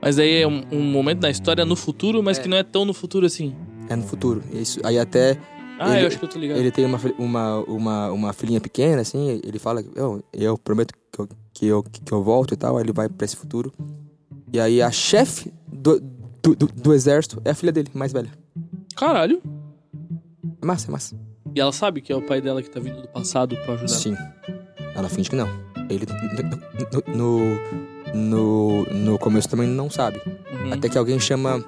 [SPEAKER 1] Mas aí é um, um momento na história no futuro, mas
[SPEAKER 2] É.
[SPEAKER 1] que não é tão no futuro assim.
[SPEAKER 2] É no futuro. Isso, aí até
[SPEAKER 1] Ah,
[SPEAKER 2] Ele-
[SPEAKER 1] eu acho que eu tô ligado.
[SPEAKER 2] Ele tem uma, fi- uma, uma, uma filhinha pequena, assim, ele fala, eu, eu prometo que eu, que, eu, que eu volto e tal, aí ele vai pra esse futuro. E aí a chefe do, do, do- do exército é a filha dele, mais velha.
[SPEAKER 1] Caralho.
[SPEAKER 2] É massa, é massa.
[SPEAKER 1] E ela sabe que é o pai dela que tá vindo do passado pra ajudar.
[SPEAKER 2] Sim. Ela finge que não. Ele no, no, no, no começo também não sabe.
[SPEAKER 1] Uhum.
[SPEAKER 2] Até que alguém chama.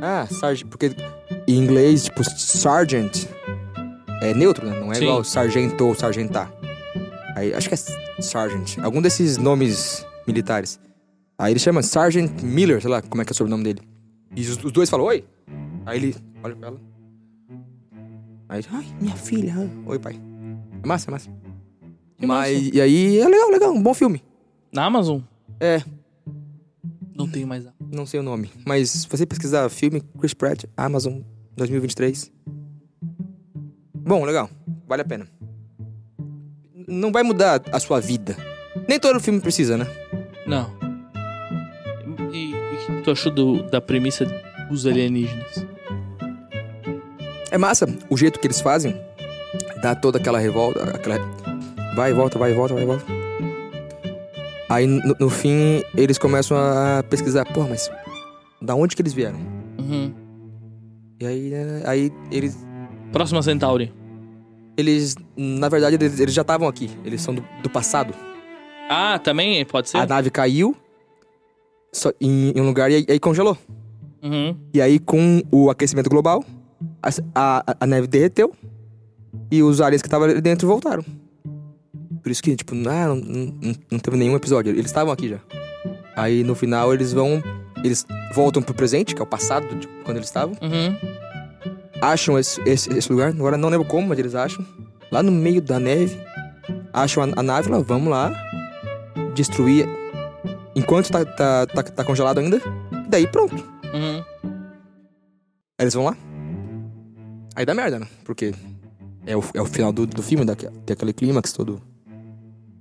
[SPEAKER 2] Ah, Sargent. Porque em inglês, tipo, Sargent é neutro, né? Não é
[SPEAKER 1] Sim.
[SPEAKER 2] igual sargento ou sargentar. Aí, acho que é Sargent. Algum desses nomes militares. Aí ele chama Sargent Miller, sei lá como é que é o sobrenome dele. E os, os dois falam, oi. Aí ele olha pra ela. Aí, ai, minha filha. ai. Oi, pai. É massa, é massa. Mas, e aí, é legal, legal. Um bom filme.
[SPEAKER 1] Na Amazon?
[SPEAKER 2] É.
[SPEAKER 1] Não tenho mais nada.
[SPEAKER 2] Não sei o nome. Mas se você pesquisar filme Chris Pratt, Amazon 2023. Bom, legal. Vale a pena. Não vai mudar a sua vida. Nem todo filme precisa, né?
[SPEAKER 1] Não. E e o que tu achou do- da premissa dos alienígenas?
[SPEAKER 2] É massa o jeito que eles fazem. Dá toda aquela revolta, aquela. Vai e volta, vai e volta, vai e volta. Aí no, no fim eles começam a pesquisar, pô, mas da onde que eles vieram?
[SPEAKER 1] Uhum.
[SPEAKER 2] E aí, né, aí eles
[SPEAKER 1] Próxima Centauri.
[SPEAKER 2] Eles, na verdade, eles, eles já estavam aqui. Eles são do, do passado.
[SPEAKER 1] Ah, também pode ser?
[SPEAKER 2] A nave caiu só em, em um lugar e aí, aí congelou.
[SPEAKER 1] Uhum.
[SPEAKER 2] E aí, com o aquecimento global, a, a, a neve derreteu e os aliens que estavam ali dentro voltaram. Por isso que, tipo, ah, não, não, não teve nenhum episódio. Eles estavam aqui já. Aí, no final, eles vão... Eles voltam pro presente, que é o passado, de quando eles estavam.
[SPEAKER 1] Uhum.
[SPEAKER 2] acham esse, esse- esse lugar, agora não lembro como, mas eles acham. Lá no meio da neve, acham a, a nave lá, vamos lá, destruir enquanto tá, tá, tá, tá congelado ainda. Daí pronto. Aí
[SPEAKER 1] Uhum.
[SPEAKER 2] eles vão lá. Aí dá merda, né? Porque é o, é o final do, do filme, daque- tem aquele clímax todo.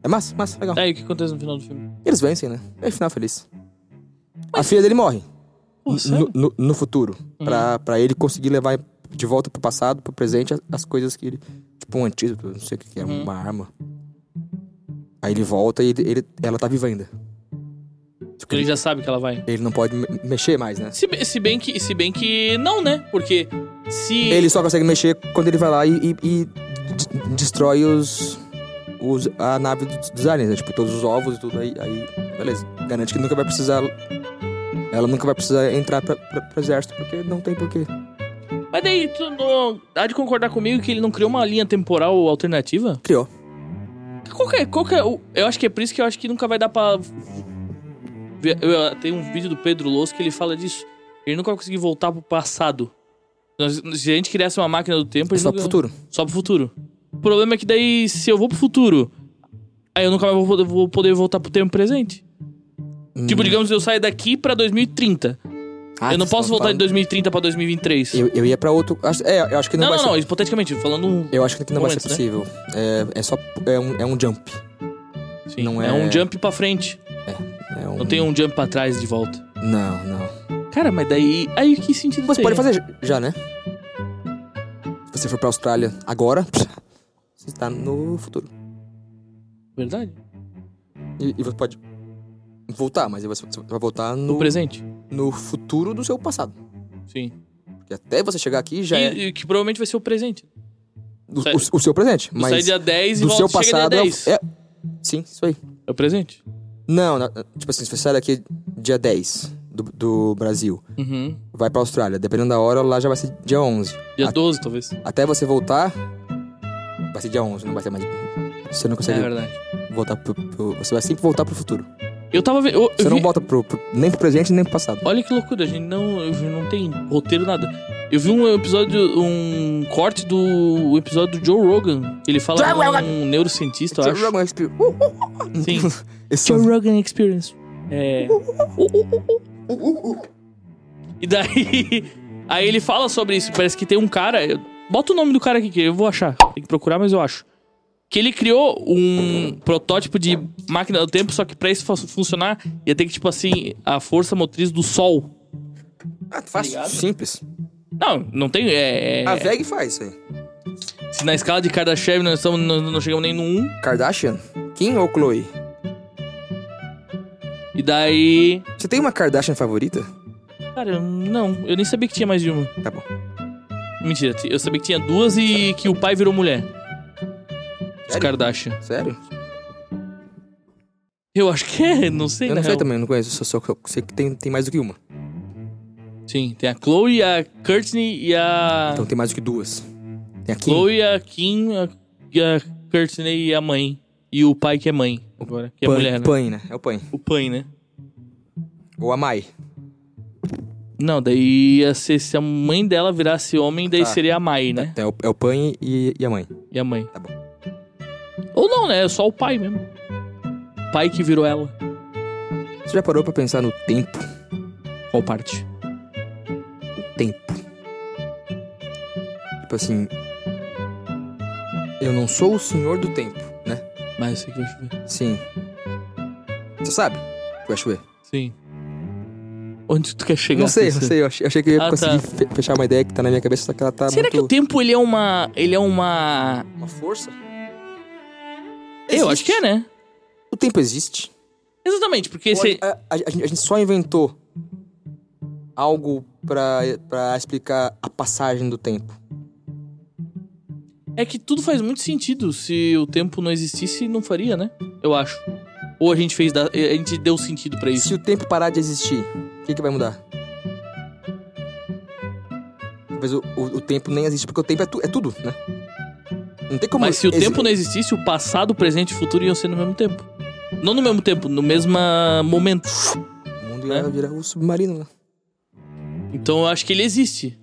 [SPEAKER 2] É massa, massa, legal.
[SPEAKER 1] Aí o que acontece no final do filme?
[SPEAKER 2] Eles vencem, né? É final feliz. A filha dele morre.
[SPEAKER 1] Pô,
[SPEAKER 2] no,
[SPEAKER 1] sério?
[SPEAKER 2] no- no futuro.
[SPEAKER 1] Uhum.
[SPEAKER 2] Pra, pra ele conseguir levar de volta pro passado, pro presente, as, as coisas que ele. Tipo, um antídoto, não sei o que, que é,
[SPEAKER 1] Uhum.
[SPEAKER 2] uma arma. Aí ele volta e ele, ele- ela tá viva ainda. Só que
[SPEAKER 1] Ele
[SPEAKER 2] ele,
[SPEAKER 1] já sabe que ela vai.
[SPEAKER 2] ele não pode me- mexer mais, né?
[SPEAKER 1] Se, be- se bem que, se bem que não, né? Porque se
[SPEAKER 2] Ele só consegue mexer quando ele vai lá e, e- e de- destrói os. os- a nave dos dos aliens, né? Tipo, todos os ovos e tudo aí. aí beleza. Garante que nunca vai precisar. Ela nunca vai precisar entrar pra, pra, pro exército, porque não tem porquê.
[SPEAKER 1] Mas daí, tu não... há de concordar comigo que ele não criou uma linha temporal alternativa?
[SPEAKER 2] Criou.
[SPEAKER 1] Qual que é? Qual que é o- Eu acho que é por isso que eu acho que nunca vai dar pra... ver- eu- Tem um vídeo do Pedro Losso que ele fala disso. Ele nunca vai conseguir voltar pro passado. Nós- Se a gente criasse uma máquina do tempo... a gente
[SPEAKER 2] É Só pro
[SPEAKER 1] nunca-
[SPEAKER 2] futuro.
[SPEAKER 1] Só pro futuro. O problema é que daí, se eu vou pro futuro, aí eu nunca mais vou poder, Tipo,
[SPEAKER 2] Hum.
[SPEAKER 1] vou poder voltar pro tempo presente. Tipo, digamos, eu saio daqui pra 2030.
[SPEAKER 2] Ah,
[SPEAKER 1] eu não
[SPEAKER 2] vocês
[SPEAKER 1] posso
[SPEAKER 2] estão
[SPEAKER 1] voltar de
[SPEAKER 2] falando-
[SPEAKER 1] 2030 pra 2023.
[SPEAKER 2] Eu, eu ia pra outro. acho- é, eu acho que não,
[SPEAKER 1] não,
[SPEAKER 2] vai
[SPEAKER 1] não,
[SPEAKER 2] ser.
[SPEAKER 1] não, hipoteticamente, falando um.
[SPEAKER 2] Eu acho que não vai ser
[SPEAKER 1] Momentos,
[SPEAKER 2] possível. É, é só. É um, é um jump.
[SPEAKER 1] Sim,
[SPEAKER 2] não
[SPEAKER 1] é...
[SPEAKER 2] é-
[SPEAKER 1] um jump pra frente.
[SPEAKER 2] É um...
[SPEAKER 1] Não tem um jump pra trás de volta.
[SPEAKER 2] Não, não.
[SPEAKER 1] Cara, mas daí. Aí que sentido
[SPEAKER 2] Você
[SPEAKER 1] tem?
[SPEAKER 2] pode fazer já, né? Se você for pra Austrália agora, pss, você está no futuro.
[SPEAKER 1] Verdade?
[SPEAKER 2] E, e você pode voltar, mas aí você, você vai voltar
[SPEAKER 1] No
[SPEAKER 2] no,
[SPEAKER 1] presente.
[SPEAKER 2] no futuro do seu passado.
[SPEAKER 1] Sim.
[SPEAKER 2] Porque até você chegar aqui já
[SPEAKER 1] e,
[SPEAKER 2] é
[SPEAKER 1] e que provavelmente vai ser o presente.
[SPEAKER 2] o,
[SPEAKER 1] sai-
[SPEAKER 2] o- o seu presente.
[SPEAKER 1] Tu sai
[SPEAKER 2] Mas
[SPEAKER 1] dia 10 e
[SPEAKER 2] do
[SPEAKER 1] volta
[SPEAKER 2] seu
[SPEAKER 1] chega
[SPEAKER 2] passado
[SPEAKER 1] dia
[SPEAKER 2] é,
[SPEAKER 1] 10.
[SPEAKER 2] o- é. Sim, isso aí.
[SPEAKER 1] É o presente.
[SPEAKER 2] Não, na- tipo assim, se você sai daqui dia 10 do, do Brasil,
[SPEAKER 1] Uhum.
[SPEAKER 2] vai pra Austrália, dependendo da hora, lá já vai ser dia 11.
[SPEAKER 1] Dia
[SPEAKER 2] A-
[SPEAKER 1] 12, talvez. É
[SPEAKER 2] Até você voltar, vai ser dia 11, não vai ser mais. Você não consegue
[SPEAKER 1] É verdade.
[SPEAKER 2] voltar pro, pro- Você vai sempre voltar pro futuro.
[SPEAKER 1] Eu tava vendo. Eu, eu
[SPEAKER 2] Você não
[SPEAKER 1] vi-
[SPEAKER 2] volta pro, pro- nem pro presente nem pro passado.
[SPEAKER 1] Olha que loucura, a gente não, eu vi- não tem roteiro, nada. Eu vi um episódio, um corte do o episódio do Joe Rogan. que Ele fala
[SPEAKER 2] Joe
[SPEAKER 1] com
[SPEAKER 2] Rogan.
[SPEAKER 1] um neurocientista, eu
[SPEAKER 2] Joe
[SPEAKER 1] acho.
[SPEAKER 2] Rogan Experience. Uh, uh,
[SPEAKER 1] Sim.
[SPEAKER 2] esse
[SPEAKER 1] Joe Rogan Experience. É. E daí. Aí ele fala sobre isso. Parece que tem um cara. eu- Bota o nome do cara aqui que eu vou achar. Tem que procurar, mas eu acho. Que ele criou um protótipo de máquina do tempo, só que pra isso fu- funcionar, ia ter que, tipo assim, a força motriz do sol.
[SPEAKER 2] Ah, fácil. Simples.
[SPEAKER 1] Não, não tem. É, é-
[SPEAKER 2] A VEG faz isso aí.
[SPEAKER 1] Se na escala de Kardashev nós estamos, não, não chegamos nem no 1,
[SPEAKER 2] Kardashian? Kim ou Chloe?
[SPEAKER 1] e daí.
[SPEAKER 2] Você tem uma Kardashian favorita?
[SPEAKER 1] Cara, eu- não, eu nem sabia que tinha mais de um. uma.
[SPEAKER 2] Tá bom.
[SPEAKER 1] Mentira, ti- eu sabia que tinha duas e que o pai virou mulher. Os
[SPEAKER 2] Sério?
[SPEAKER 1] Kardashian.
[SPEAKER 2] Sério?
[SPEAKER 1] Eu acho que é, não sei, na
[SPEAKER 2] eu não sei
[SPEAKER 1] real.
[SPEAKER 2] também, eu não conheço. Só, só só sei que tem, tem mais do que uma.
[SPEAKER 1] Sim, tem a Chloe, a Courtney e a.
[SPEAKER 2] Então tem mais do que duas. Tem a Kim.
[SPEAKER 1] Chloe, a Kim, a, e a Courtney e a mãe. E o pai que é mãe. Agora, que é
[SPEAKER 2] Pan-
[SPEAKER 1] mulher, né?
[SPEAKER 2] Pan, né? É o Pan.
[SPEAKER 1] O pai, né?
[SPEAKER 2] Ou a Mai.
[SPEAKER 1] Não, daí ia ser se a mãe dela virasse homem, daí
[SPEAKER 2] Tá.
[SPEAKER 1] seria a Mai, né?
[SPEAKER 2] É o, é o Pan e, e a mãe.
[SPEAKER 1] E a mãe.
[SPEAKER 2] Tá bom.
[SPEAKER 1] Ou não, né? É só o pai mesmo. O pai que virou ela.
[SPEAKER 2] Você já parou pra pensar no tempo?
[SPEAKER 1] Qual parte?
[SPEAKER 2] tempo. Tipo assim. Eu não sou o senhor do tempo, né?
[SPEAKER 1] Mas eu sei que vai chover.
[SPEAKER 2] Sim. Você sabe que vai chover?
[SPEAKER 1] Sim. Onde tu quer chegar?
[SPEAKER 2] não sei, não
[SPEAKER 1] Cícero?
[SPEAKER 2] sei. Eu achei, eu achei que eu ia
[SPEAKER 1] Ah,
[SPEAKER 2] conseguir fe- fechar uma ideia que tá na minha cabeça, só que ela tá
[SPEAKER 1] Será que o
[SPEAKER 2] muito...
[SPEAKER 1] tempo ele é uma. Ele é uma.
[SPEAKER 2] Uma força?
[SPEAKER 1] Eu acho que é, né?
[SPEAKER 2] O tempo existe.
[SPEAKER 1] Exatamente, porque esse.
[SPEAKER 2] A, a- a gente- a gente só inventou algo pra, pra explicar a passagem do tempo.
[SPEAKER 1] É que tudo faz muito sentido. Se o tempo não existisse, não faria, né? Eu acho. Ou a gente fez. da- A gente deu sentido pra isso.
[SPEAKER 2] Se o tempo parar de existir, o que, que vai mudar? Talvez o, o- o tempo nem existe, porque o tempo é, tu- é tudo, né? Não tem como.
[SPEAKER 1] Mas se o
[SPEAKER 2] exi-
[SPEAKER 1] tempo não existisse, o passado, o presente e o futuro iam ser no mesmo tempo. Não no mesmo tempo, no mesmo momento.
[SPEAKER 2] O mundo ia
[SPEAKER 1] né?
[SPEAKER 2] virar o submarino, né?
[SPEAKER 1] Então eu acho que ele existe.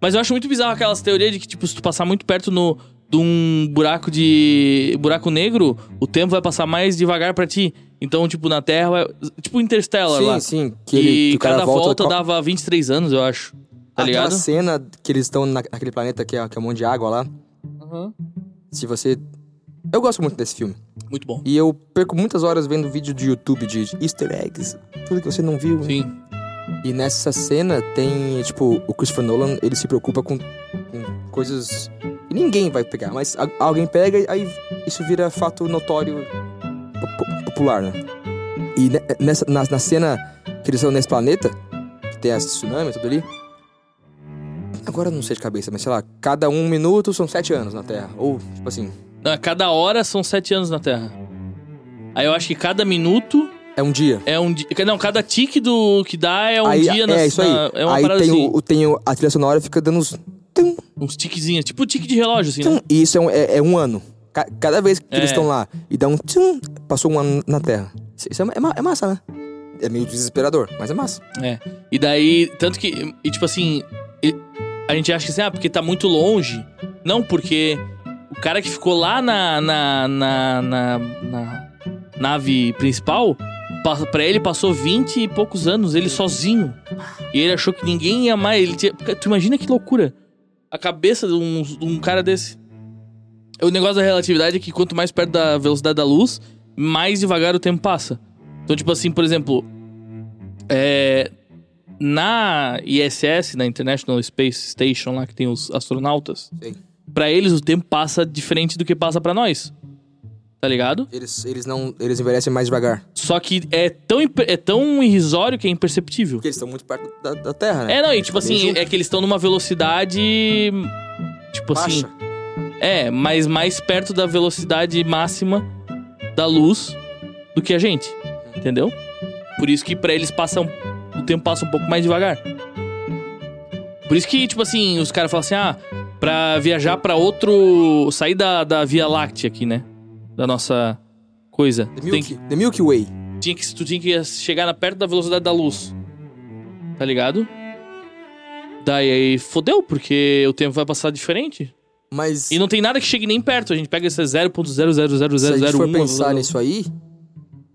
[SPEAKER 1] Mas eu acho muito bizarro aquelas teorias de que, tipo, se tu passar muito perto no, de um buraco de. buraco negro, o tempo vai passar mais devagar pra ti. Então, tipo, na Terra vai. Tipo Interstellar
[SPEAKER 2] sim,
[SPEAKER 1] lá.
[SPEAKER 2] sim.
[SPEAKER 1] Que,
[SPEAKER 2] Que, ele, que o cara
[SPEAKER 1] cada volta,
[SPEAKER 2] volta Ah,
[SPEAKER 1] dava 23 anos, eu acho. Tá
[SPEAKER 2] Aquela
[SPEAKER 1] ligado?
[SPEAKER 2] cena que eles estão na- naquele planeta que é, que é um monte de água lá. Se você. Eu gosto muito desse filme.
[SPEAKER 1] Muito bom.
[SPEAKER 2] E eu perco muitas horas vendo vídeo de YouTube de easter eggs, tudo que você não viu. né?
[SPEAKER 1] Sim.
[SPEAKER 2] E nessa cena tem, tipo, o Christopher Nolan, ele se preocupa com, com coisas que ninguém vai pegar, mas a- alguém pega e aí isso vira fato notório po- po- popular, né? E ne- nessa, na, na cena que eles estão nesse planeta, que tem as tsunami e tudo ali, agora eu não sei de cabeça, mas sei lá, cada um minuto são sete anos na Terra, ou tipo assim,
[SPEAKER 1] Não, a cada hora são 7 anos na Terra. Aí eu acho que cada minuto
[SPEAKER 2] é um dia.
[SPEAKER 1] é um dia. Não, cada tique do que dá é um
[SPEAKER 2] aí,
[SPEAKER 1] dia na
[SPEAKER 2] é isso aí.
[SPEAKER 1] na- É uma
[SPEAKER 2] aí
[SPEAKER 1] parada
[SPEAKER 2] tem,
[SPEAKER 1] assim.
[SPEAKER 2] o, o- tem o- a trilha sonora fica dando uns... tum,
[SPEAKER 1] Uns tiquezinhos. Tipo tique de relógio, assim, né?
[SPEAKER 2] Tchum, e isso é um, é- é um ano. Ca- Cada vez que
[SPEAKER 1] É.
[SPEAKER 2] eles estão lá e dá um tchum, passou um ano na Terra. Isso- Isso é, ma- é ma- é massa, né? É meio desesperador, mas é massa.
[SPEAKER 1] É. E daí, tanto que, e tipo assim, e- a gente acha que assim, ah, porque tá muito longe. Não, porque o cara que ficou lá na, na, na, na, na nave principal, pa- pra ele passou 20 e poucos anos, ele sozinho. E ele achou que ninguém ia mais. Ele tinha- Porque Tu imagina que loucura. A cabeça de um, de um cara desse. O negócio da relatividade é que quanto mais perto da velocidade da luz, mais devagar o tempo passa. Então, tipo assim, por exemplo, é, na ISS, na International Space Station, lá que tem os astronautas,
[SPEAKER 2] Sei.
[SPEAKER 1] pra eles o tempo passa diferente do que passa pra nós. Tá ligado?
[SPEAKER 2] Eles, eles não. Eles envelhecem mais devagar.
[SPEAKER 1] Só que é tão, imper- é tão irrisório que é imperceptível.
[SPEAKER 2] Porque eles estão muito perto da, da Terra, né?
[SPEAKER 1] É, não, e tipo
[SPEAKER 2] Bem
[SPEAKER 1] assim,
[SPEAKER 2] junto.
[SPEAKER 1] é que eles estão numa velocidade. Tipo assim.
[SPEAKER 2] Baixa.
[SPEAKER 1] É, mas mais perto da velocidade máxima da luz do que a gente. Entendeu? Por isso que pra eles passam. O tempo passa um pouco mais devagar. Por isso que, tipo assim, os caras falam assim: ah, pra viajar pra outro. sair da, da Via Láctea aqui, né? Da nossa coisa.
[SPEAKER 2] The
[SPEAKER 1] Tem
[SPEAKER 2] Milky, The Milky Way.
[SPEAKER 1] tinha que, tu tinha que chegar na- perto da velocidade da luz. Tá ligado? Daí aí fodeu, porque o tempo vai passar diferente.
[SPEAKER 2] Mas
[SPEAKER 1] E não tem nada que chegue nem perto. A gente pega esse 0.00001.
[SPEAKER 2] se a gente for pensar
[SPEAKER 1] velocidade-
[SPEAKER 2] nisso aí,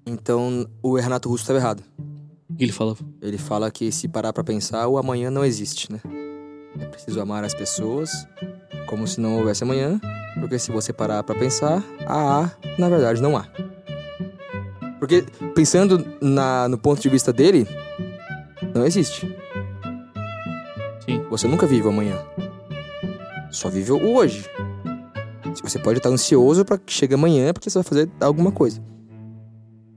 [SPEAKER 2] então o Renato Russo estava errado.
[SPEAKER 1] O que ele falava?
[SPEAKER 2] Ele fala que se parar pra pensar, o amanhã não existe, né? É preciso amar as pessoas como se não houvesse amanhã, porque se você parar pra pensar, a há, na verdade não há. Porque pensando na- no ponto de vista dele, não existe.
[SPEAKER 1] Sim.
[SPEAKER 2] Você nunca vive o amanhã. Só vive o hoje. Você pode estar ansioso pra que chegue amanhã, porque você vai fazer alguma coisa.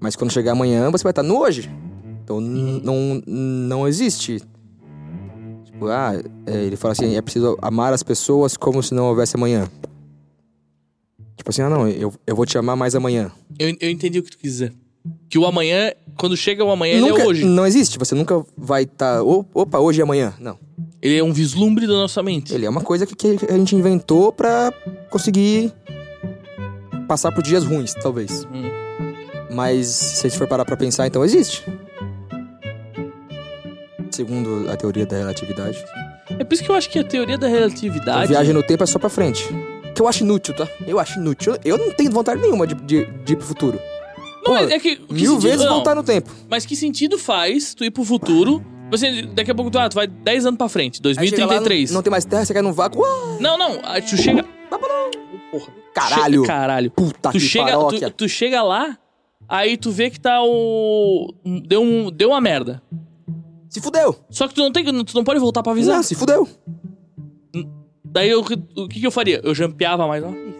[SPEAKER 2] Mas quando chegar amanhã, você vai estar no hoje. Então
[SPEAKER 1] Uhum.
[SPEAKER 2] n- não, não existe. Tipo, ah, é, ele fala assim, é preciso amar as pessoas como se não houvesse amanhã. Tipo assim, ah não, eu, eu vou te amar mais amanhã.
[SPEAKER 1] Eu, eu entendi o que tu quis dizer. Que o amanhã, quando chega o amanhã,
[SPEAKER 2] nunca,
[SPEAKER 1] ele é hoje.
[SPEAKER 2] Não existe, você nunca vai estar, opa, hoje é amanhã. Não,
[SPEAKER 1] Ele é um vislumbre da nossa mente.
[SPEAKER 2] ele é uma coisa que, que a gente inventou pra conseguir passar por dias ruins, talvez.
[SPEAKER 1] Hum.
[SPEAKER 2] Mas se a gente for parar pra pensar, então existe. Segundo a teoria da relatividade.
[SPEAKER 1] É por isso que eu acho que a teoria da relatividade.
[SPEAKER 2] A viagem no tempo é só pra frente. Que eu acho inútil, tá? Eu acho inútil. Eu não tenho vontade nenhuma de, de, de ir pro futuro.
[SPEAKER 1] Não,
[SPEAKER 2] Pô,
[SPEAKER 1] é, é que. que
[SPEAKER 2] Mil
[SPEAKER 1] sentido-
[SPEAKER 2] vezes
[SPEAKER 1] não,
[SPEAKER 2] voltar no tempo.
[SPEAKER 1] Mas que sentido faz tu ir pro futuro? Você, daqui a pouco tu, ah, tu vai 10 anos pra frente,
[SPEAKER 2] Aí chega lá,
[SPEAKER 1] 2033.
[SPEAKER 2] Não, não tem mais terra, você cai num vácuo. Ah,
[SPEAKER 1] Não, não, aí tu chega. Porra.
[SPEAKER 2] Caralho.
[SPEAKER 1] Che- Caralho.
[SPEAKER 2] puta
[SPEAKER 1] Tu
[SPEAKER 2] que
[SPEAKER 1] chega,
[SPEAKER 2] paróquia.
[SPEAKER 1] tu, tu chega lá, aí tu vê que tá o. Deu, um, deu uma merda.
[SPEAKER 2] Se fudeu.
[SPEAKER 1] Só que tu não, tem, tu não pode voltar pra avisar.
[SPEAKER 2] Não, se fudeu.
[SPEAKER 1] Daí eu- o que, que eu faria? Eu jampeava mais uma vez.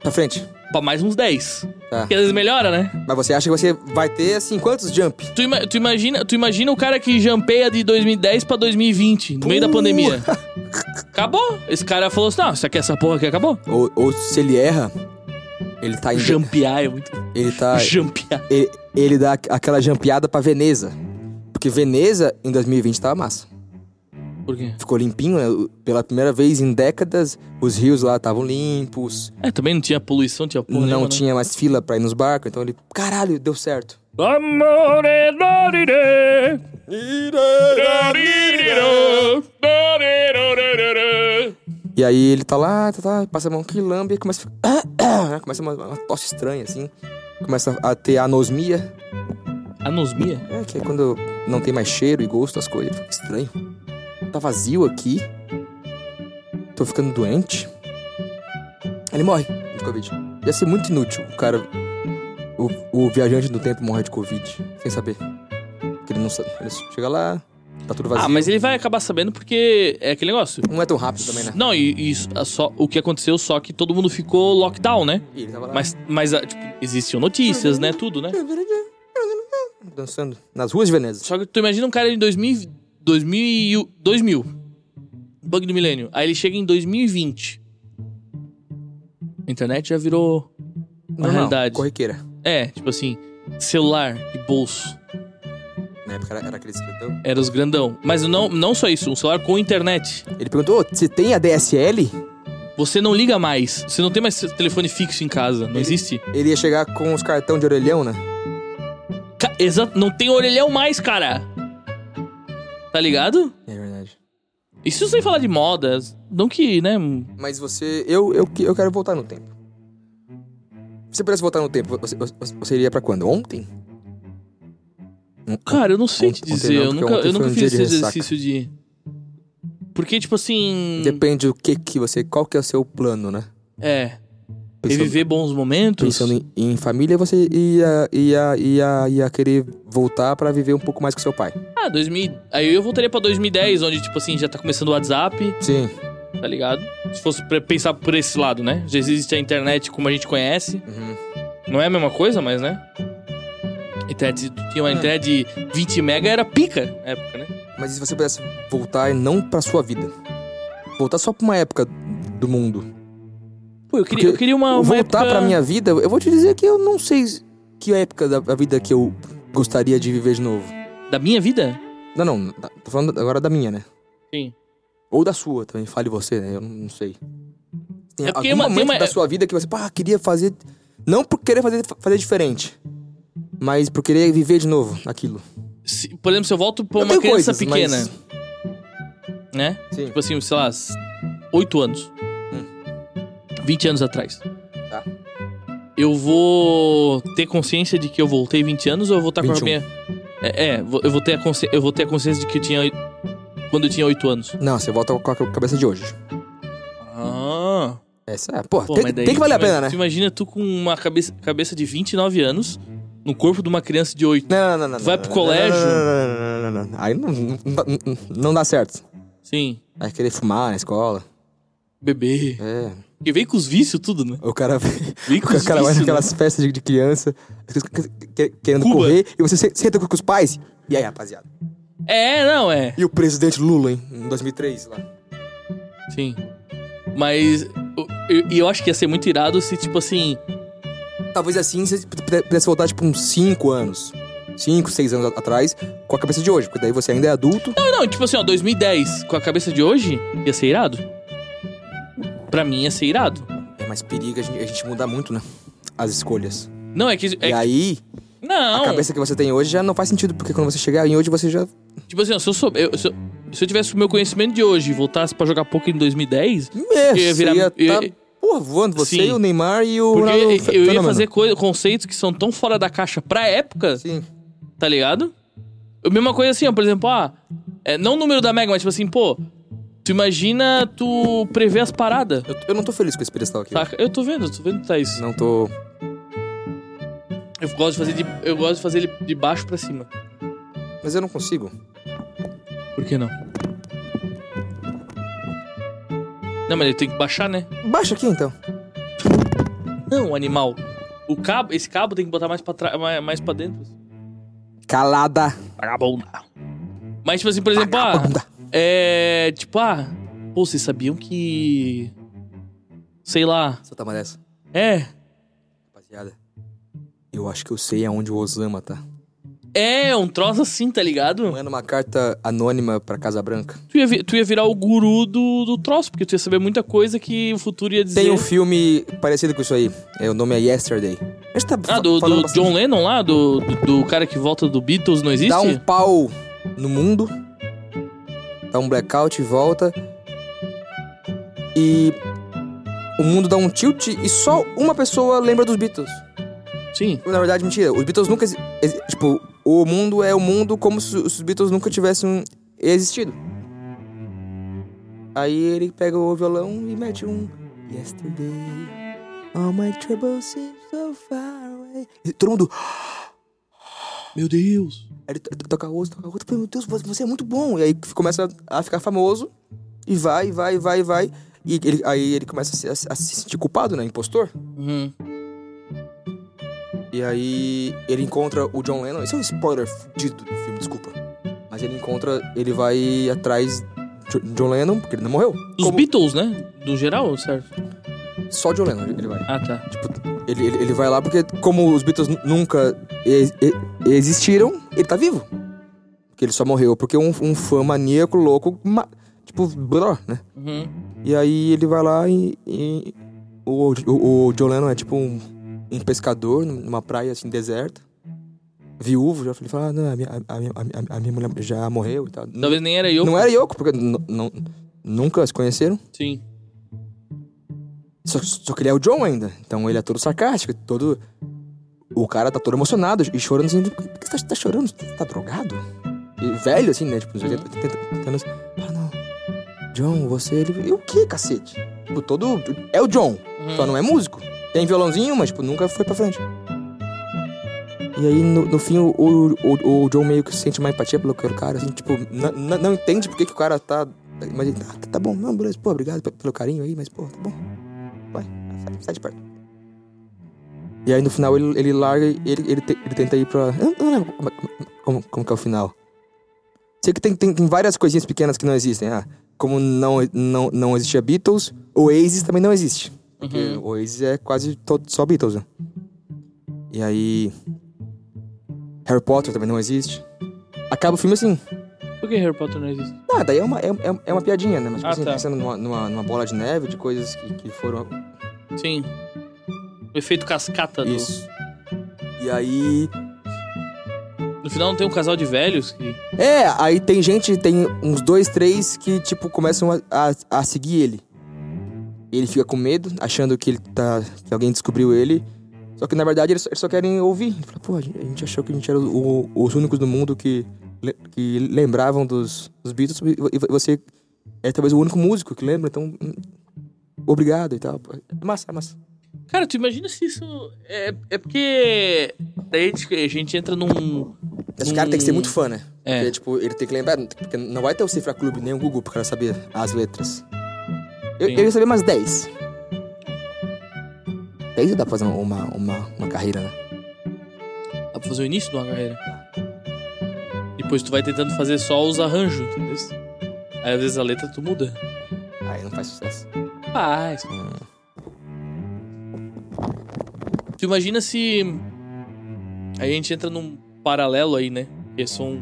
[SPEAKER 2] Pra frente.
[SPEAKER 1] Pra mais uns 10.
[SPEAKER 2] Tá.
[SPEAKER 1] Porque às vezes melhora, né?
[SPEAKER 2] Mas você acha que você vai ter, assim, quantos jump?
[SPEAKER 1] Tu, ima- tu imagina, tu imagina o cara que jampeia de 2010 pra 2020, no meio da
[SPEAKER 2] Puh.
[SPEAKER 1] pandemia. Acabou. Esse cara falou assim: não, isso aqui, essa porra aqui acabou.
[SPEAKER 2] Ou, ou se ele erra, ele tá indo...
[SPEAKER 1] Jampear é muito.
[SPEAKER 2] Ele tá...
[SPEAKER 1] Jampear.
[SPEAKER 2] ele, ele dá aquela jampeada pra Veneza. Porque Veneza, em 2020, tava massa.
[SPEAKER 1] Por quê?
[SPEAKER 2] Ficou limpinho, né? Pela primeira vez em décadas, os rios lá estavam limpos.
[SPEAKER 1] É, também não tinha poluição, tinha porra.
[SPEAKER 2] não
[SPEAKER 1] nenhuma, né?
[SPEAKER 2] tinha mais fila pra ir nos barcos, então ele... Caralho, deu certo.
[SPEAKER 1] Amore, dorire, doririro, dorirorororô.
[SPEAKER 2] E aí ele tá lá, tá, tá, passa a mão que lambe e começa a... né? começa uma, uma tosse estranha, assim. Começa a ter anosmia,
[SPEAKER 1] Anosmia?
[SPEAKER 2] é, que é quando não tem mais cheiro e gosto das coisas. Fica estranho. Tá vazio aqui. Tô ficando doente. Ele morre de Covid. Ia ser muito inútil o cara... O, o viajante do tempo morrer de Covid, sem saber. Porque ele não sabe. Ele chega lá, tá tudo vazio.
[SPEAKER 1] Ah, mas ele vai acabar sabendo porque é aquele negócio.
[SPEAKER 2] Não é tão rápido também, né?
[SPEAKER 1] Não, e, e isso- a só, o que aconteceu só que todo mundo ficou lockdown, né?
[SPEAKER 2] E ele tava lá...
[SPEAKER 1] Mas, mas ah, tipo, existiam notícias, né? Tudo, né?
[SPEAKER 2] Dançando nas ruas de Veneza.
[SPEAKER 1] Só que tu imagina um cara em 2000, 2000, 2000 bug do milênio. Aí ele chega em 2020. A internet já virou uma
[SPEAKER 2] Normal,
[SPEAKER 1] realidade.
[SPEAKER 2] Corriqueira.
[SPEAKER 1] É, tipo assim, celular de bolso.
[SPEAKER 2] Na época era, era aquele escritão.
[SPEAKER 1] Era os grandão. Mas não, não só isso, um celular com internet.
[SPEAKER 2] Ele perguntou: "Ô, você tem a DSL?
[SPEAKER 1] Você não liga mais. Você não tem mais telefone fixo em casa. Não existe.
[SPEAKER 2] Ele ia chegar com os cartão de orelhão, né?
[SPEAKER 1] Ca- exa- não tem orelhão mais, cara. Tá ligado?
[SPEAKER 2] É verdade.
[SPEAKER 1] Isso sem falar de moda. Não que, né?
[SPEAKER 2] Mas você. Eu, eu, que- eu quero voltar no tempo. Se você pudesse voltar no tempo, você, você- você iria pra quando? Ontem? Um-
[SPEAKER 1] Cara, eu não sei te
[SPEAKER 2] Ontem- ontem
[SPEAKER 1] dizer.
[SPEAKER 2] não,
[SPEAKER 1] eu
[SPEAKER 2] porque
[SPEAKER 1] nunca,
[SPEAKER 2] ontem
[SPEAKER 1] eu
[SPEAKER 2] foi
[SPEAKER 1] nunca
[SPEAKER 2] um
[SPEAKER 1] fiz
[SPEAKER 2] dia de
[SPEAKER 1] esse
[SPEAKER 2] ressaca.
[SPEAKER 1] exercício de. Porque, tipo assim.
[SPEAKER 2] Depende do que que você... Qual que é o seu plano, né?
[SPEAKER 1] É.
[SPEAKER 2] Pensando-
[SPEAKER 1] Reviver bons momentos.
[SPEAKER 2] Pensando em, em família, você ia, ia, ia, ia querer voltar pra viver um pouco mais com seu pai.
[SPEAKER 1] Ah, 2000. Aí eu voltaria pra 2010, onde, tipo assim, já tá começando o WhatsApp,
[SPEAKER 2] Sim.
[SPEAKER 1] tá ligado? Se fosse pra pensar por esse lado, né? Já existe a internet como a gente conhece.
[SPEAKER 2] Uhum.
[SPEAKER 1] Não é a mesma coisa, mas, né? Internet, tu
[SPEAKER 2] É.
[SPEAKER 1] tinha uma internet de 20 mega, era pica na época, né?
[SPEAKER 2] Mas e se você pudesse voltar e não pra sua vida? Voltar só pra uma época do mundo.
[SPEAKER 1] Pô, eu queria,
[SPEAKER 2] Porque
[SPEAKER 1] eu queria uma, uma
[SPEAKER 2] voltar
[SPEAKER 1] época...
[SPEAKER 2] pra minha vida, eu vou te dizer que eu não sei que época da da vida que eu gostaria de viver de novo.
[SPEAKER 1] Da minha vida?
[SPEAKER 2] Não, não, tá- tô falando agora da minha, né?
[SPEAKER 1] Sim.
[SPEAKER 2] Ou da sua também, fale você, né? Eu não- não sei. Tem
[SPEAKER 1] É porque
[SPEAKER 2] algum
[SPEAKER 1] uma- tem
[SPEAKER 2] momento
[SPEAKER 1] uma-
[SPEAKER 2] da sua vida que você, pá, queria fazer. Não por querer fazer, fazer diferente, mas por querer viver de novo aquilo.
[SPEAKER 1] Se- por exemplo, se eu volto pra
[SPEAKER 2] Eu
[SPEAKER 1] uma
[SPEAKER 2] tenho
[SPEAKER 1] criança
[SPEAKER 2] coisas,
[SPEAKER 1] pequena,
[SPEAKER 2] mas-
[SPEAKER 1] né?
[SPEAKER 2] Sim.
[SPEAKER 1] Tipo assim, sei lá, s- oito anos. vinte 20 anos atrás.
[SPEAKER 2] Tá.
[SPEAKER 1] Eu vou ter consciência de que eu voltei 20 anos ou eu vou estar com a
[SPEAKER 2] 21.
[SPEAKER 1] minha. É, é, vou- eu vou, ter a consci... eu vou ter a consciência de que eu tinha. oito- Quando eu tinha oito anos.
[SPEAKER 2] Não, você volta com a cabeça de hoje.
[SPEAKER 1] Ah.
[SPEAKER 2] Essa é, porra,
[SPEAKER 1] Pô,
[SPEAKER 2] tem,
[SPEAKER 1] mas daí
[SPEAKER 2] tem que valer a
[SPEAKER 1] tu ima-
[SPEAKER 2] pena, né?
[SPEAKER 1] Tu imagina tu com uma cabeça, cabeça de 29 anos, no corpo de uma criança de oito
[SPEAKER 2] Não, não, não.
[SPEAKER 1] Vai
[SPEAKER 2] não,
[SPEAKER 1] pro
[SPEAKER 2] não,
[SPEAKER 1] colégio.
[SPEAKER 2] Não, não, não, não, não, não, não. Aí não, não, dá- não- não dá certo.
[SPEAKER 1] Sim.
[SPEAKER 2] Vai querer fumar na escola.
[SPEAKER 1] Bebê.
[SPEAKER 2] É.
[SPEAKER 1] Porque vem com os vícios tudo, né?
[SPEAKER 2] O cara,
[SPEAKER 1] Vem
[SPEAKER 2] o
[SPEAKER 1] com os
[SPEAKER 2] cara vai
[SPEAKER 1] vícios, né?
[SPEAKER 2] naquelas festas de, de criança, as crianças que- que- querendo
[SPEAKER 1] Cuba.
[SPEAKER 2] correr, e você se- senta com, com os pais. E aí, rapaziada?
[SPEAKER 1] É, não, é.
[SPEAKER 2] E o presidente Lula, hein? Em 2003, lá.
[SPEAKER 1] Sim. Mas. eu- eu- E eu, acho que ia ser muito irado se, tipo assim.
[SPEAKER 2] Talvez assim você pude- pudesse voltar, tipo, uns 5 anos. 5, 6 anos a- atrás, com a cabeça de hoje. Porque daí você ainda é adulto.
[SPEAKER 1] Não, não, tipo assim, ó, 2010, com a cabeça de hoje, ia ser irado. Pra mim ia ser irado.
[SPEAKER 2] É mais perigo a gente, a gente mudar muito, né? As escolhas.
[SPEAKER 1] Não, é que. É
[SPEAKER 2] e
[SPEAKER 1] que-
[SPEAKER 2] aí,
[SPEAKER 1] não,
[SPEAKER 2] a cabeça que você tem hoje já não faz sentido, porque quando você chegar em hoje, você já.
[SPEAKER 1] tipo assim, ó, se eu, sou, eu- se, eu, se eu tivesse o meu conhecimento de hoje e voltasse pra jogar poker em 2010,
[SPEAKER 2] Meu,
[SPEAKER 1] ia virar-
[SPEAKER 2] você ia
[SPEAKER 1] eu
[SPEAKER 2] tá,
[SPEAKER 1] ia-
[SPEAKER 2] porra, voando. Você,
[SPEAKER 1] Sim.
[SPEAKER 2] o Neymar e o.
[SPEAKER 1] porque eu,
[SPEAKER 2] Ronaldo
[SPEAKER 1] eu ia
[SPEAKER 2] Fenômeno.
[SPEAKER 1] fazer coisa, conceitos que são tão fora da caixa pra época,
[SPEAKER 2] Sim.
[SPEAKER 1] tá ligado? A mesma coisa assim, ó, por exemplo, ah, é, não o número da Mega, mas tipo assim, pô, tu imagina tu prever as paradas.
[SPEAKER 2] Eu, eu não tô feliz com esse pedestal aqui.
[SPEAKER 1] Saca? Eu tô vendo, eu tô vendo, Thaís.
[SPEAKER 2] Não tô.
[SPEAKER 1] Eu gosto de fazer de, eu gosto de fazer ele de baixo pra cima.
[SPEAKER 2] Mas eu não consigo.
[SPEAKER 1] Por que não? Não, mas ele tem que baixar, né?
[SPEAKER 2] Baixa aqui então.
[SPEAKER 1] Não, animal. O cabo, esse cabo tem que botar mais pra trás, mais, mais para dentro.
[SPEAKER 2] Calada.
[SPEAKER 1] Vagabunda. Mas tipo assim, por exemplo, ah,
[SPEAKER 2] Vagabunda.
[SPEAKER 1] é, tipo, ah, pô, vocês sabiam que sei lá,
[SPEAKER 2] Você tá uma dessa?
[SPEAKER 1] é,
[SPEAKER 2] Rapaziada. Eu acho que eu sei aonde o Osama tá.
[SPEAKER 1] é um troço assim, tá ligado?
[SPEAKER 2] Manda uma carta anônima pra Casa Branca.
[SPEAKER 1] Tu ia, vi- tu ia virar o guru do, do troço, porque tu ia saber muita coisa que o futuro ia dizer.
[SPEAKER 2] Tem um filme parecido com isso aí. É, o nome é Yesterday. A gente tá
[SPEAKER 1] Ah,
[SPEAKER 2] fa-
[SPEAKER 1] do, do
[SPEAKER 2] falando bastante-
[SPEAKER 1] John Lennon lá? Do, do, do cara que volta do Beatles, não existe?
[SPEAKER 2] Dá um pau no mundo. Dá um blackout e volta. E o mundo dá um tilt e só uma pessoa lembra dos Beatles.
[SPEAKER 1] Sim.
[SPEAKER 2] Na verdade, mentira. Os Beatles nunca. exi- exi- Tipo, o mundo é o mundo como se os Beatles nunca tivessem existido. Aí ele pega o violão e mete um. Yesterday, all my troubles seem so far away. E todo mundo.
[SPEAKER 1] Meu Deus.
[SPEAKER 2] Aí ele to- to- toca outro, toca outro. Meu Deus, você você é muito bom. E aí f- começa a ficar famoso. E vai, e vai, e vai, e vai. E ele, aí ele começa a se, a se sentir culpado, né? Impostor.
[SPEAKER 1] Uhum.
[SPEAKER 2] E aí ele encontra o John Lennon. Isso é um spoiler fudido do filme, desculpa. Mas ele encontra, ele vai atrás de John Lennon, porque ele não morreu.
[SPEAKER 1] Dos
[SPEAKER 2] Como-
[SPEAKER 1] Beatles, né? Do geral, certo?
[SPEAKER 2] Só John Lennon ele vai.
[SPEAKER 1] Ah, tá.
[SPEAKER 2] Tipo, ele, ele, ele vai lá porque, como os Beatles nu- nunca e- e- existiram, ele tá vivo. Porque ele só morreu porque um, um fã maníaco, louco, ma- tipo, blá, né?
[SPEAKER 1] Uhum.
[SPEAKER 2] E aí ele vai lá e. e- o, o, o John Lennon é tipo um, um pescador numa praia assim, deserta. Viúvo, já falei, fala, ah, não, a minha, a, minha- a minha- a minha mulher já morreu e tal. Não,
[SPEAKER 1] Talvez nem era eu.
[SPEAKER 2] não era Yoko, porque n- não- nunca se conheceram.
[SPEAKER 1] Sim.
[SPEAKER 2] Só, só que ele é o John ainda. Então ele é todo sarcástico, todo. o cara tá todo emocionado e chorando assim. Por que você tá, tá chorando? Você tá drogado? E velho, assim, né? Tipo, uns 80, 80, 80 anos. Fala, não. John, você. Ele, e o que, cacete? Tipo, todo. É o John, só não é músico. Tem violãozinho, mas, tipo, nunca foi pra frente. E aí, no, no fim, o, o, o- o John meio que sente uma empatia pelo cara, assim, tipo, n- n- não entende por que, que o cara tá. Mas ele, ah, tá bom, não, beleza, pô, obrigado pe- pelo carinho aí, mas, pô, tá bom. Vai, sai, sai de perto. E aí, no final, ele, ele larga e ele, ele, te- ele tenta ir pra. Eu não lembro como, como, como que é o final. Sei que tem, tem, tem várias coisinhas pequenas que não existem. Ah, como não, não, não existia Beatles, Oasis também não existe. Porque Oasis é quase todo, só Beatles, né? E aí. Harry Potter também não existe. Acaba o filme assim.
[SPEAKER 1] Por que Harry Potter não existe?
[SPEAKER 2] Ah, daí é uma, é, é- é uma piadinha, né? Mas tipo,
[SPEAKER 1] Ah,
[SPEAKER 2] assim,
[SPEAKER 1] tá.
[SPEAKER 2] pensando numa, numa, numa bola de neve de coisas que, que foram
[SPEAKER 1] Sim. O efeito cascata do.
[SPEAKER 2] Isso. E aí.
[SPEAKER 1] No final não tem um casal de velhos que.
[SPEAKER 2] É, aí tem gente, tem uns dois, três que, tipo, começam a, a, a seguir ele. Ele fica com medo, achando que ele tá. que alguém descobriu ele. Só que na verdade eles, eles só querem ouvir. Ele fala, Pô, a gente a gente achou que a gente era o- os únicos do mundo que, le- que lembravam dos, dos Beatles e vo- e você é talvez o único músico que lembra, então. hum, Obrigado e tal. Pô, É massa, é massa.
[SPEAKER 1] Cara, tu imagina se isso. É, é porque. Daí a gente, a gente entra num.
[SPEAKER 2] Esse cara tem que ser muito fã, né?
[SPEAKER 1] É.
[SPEAKER 2] Porque, tipo, ele tem que lembrar, porque não vai ter o Cifra Clube nem o Google pro cara saber as letras. Eu,
[SPEAKER 1] Sim.
[SPEAKER 2] eu ia saber umas 10. 10 dá pra fazer uma, uma, uma carreira, né?
[SPEAKER 1] Dá pra fazer o início de uma carreira. Depois tu vai tentando fazer só os arranjos, entendeu? Aí às vezes a letra tu muda.
[SPEAKER 2] Aí não faz sucesso.
[SPEAKER 1] Faz. Tu imagina se. Aí a gente entra num paralelo aí, né? Que são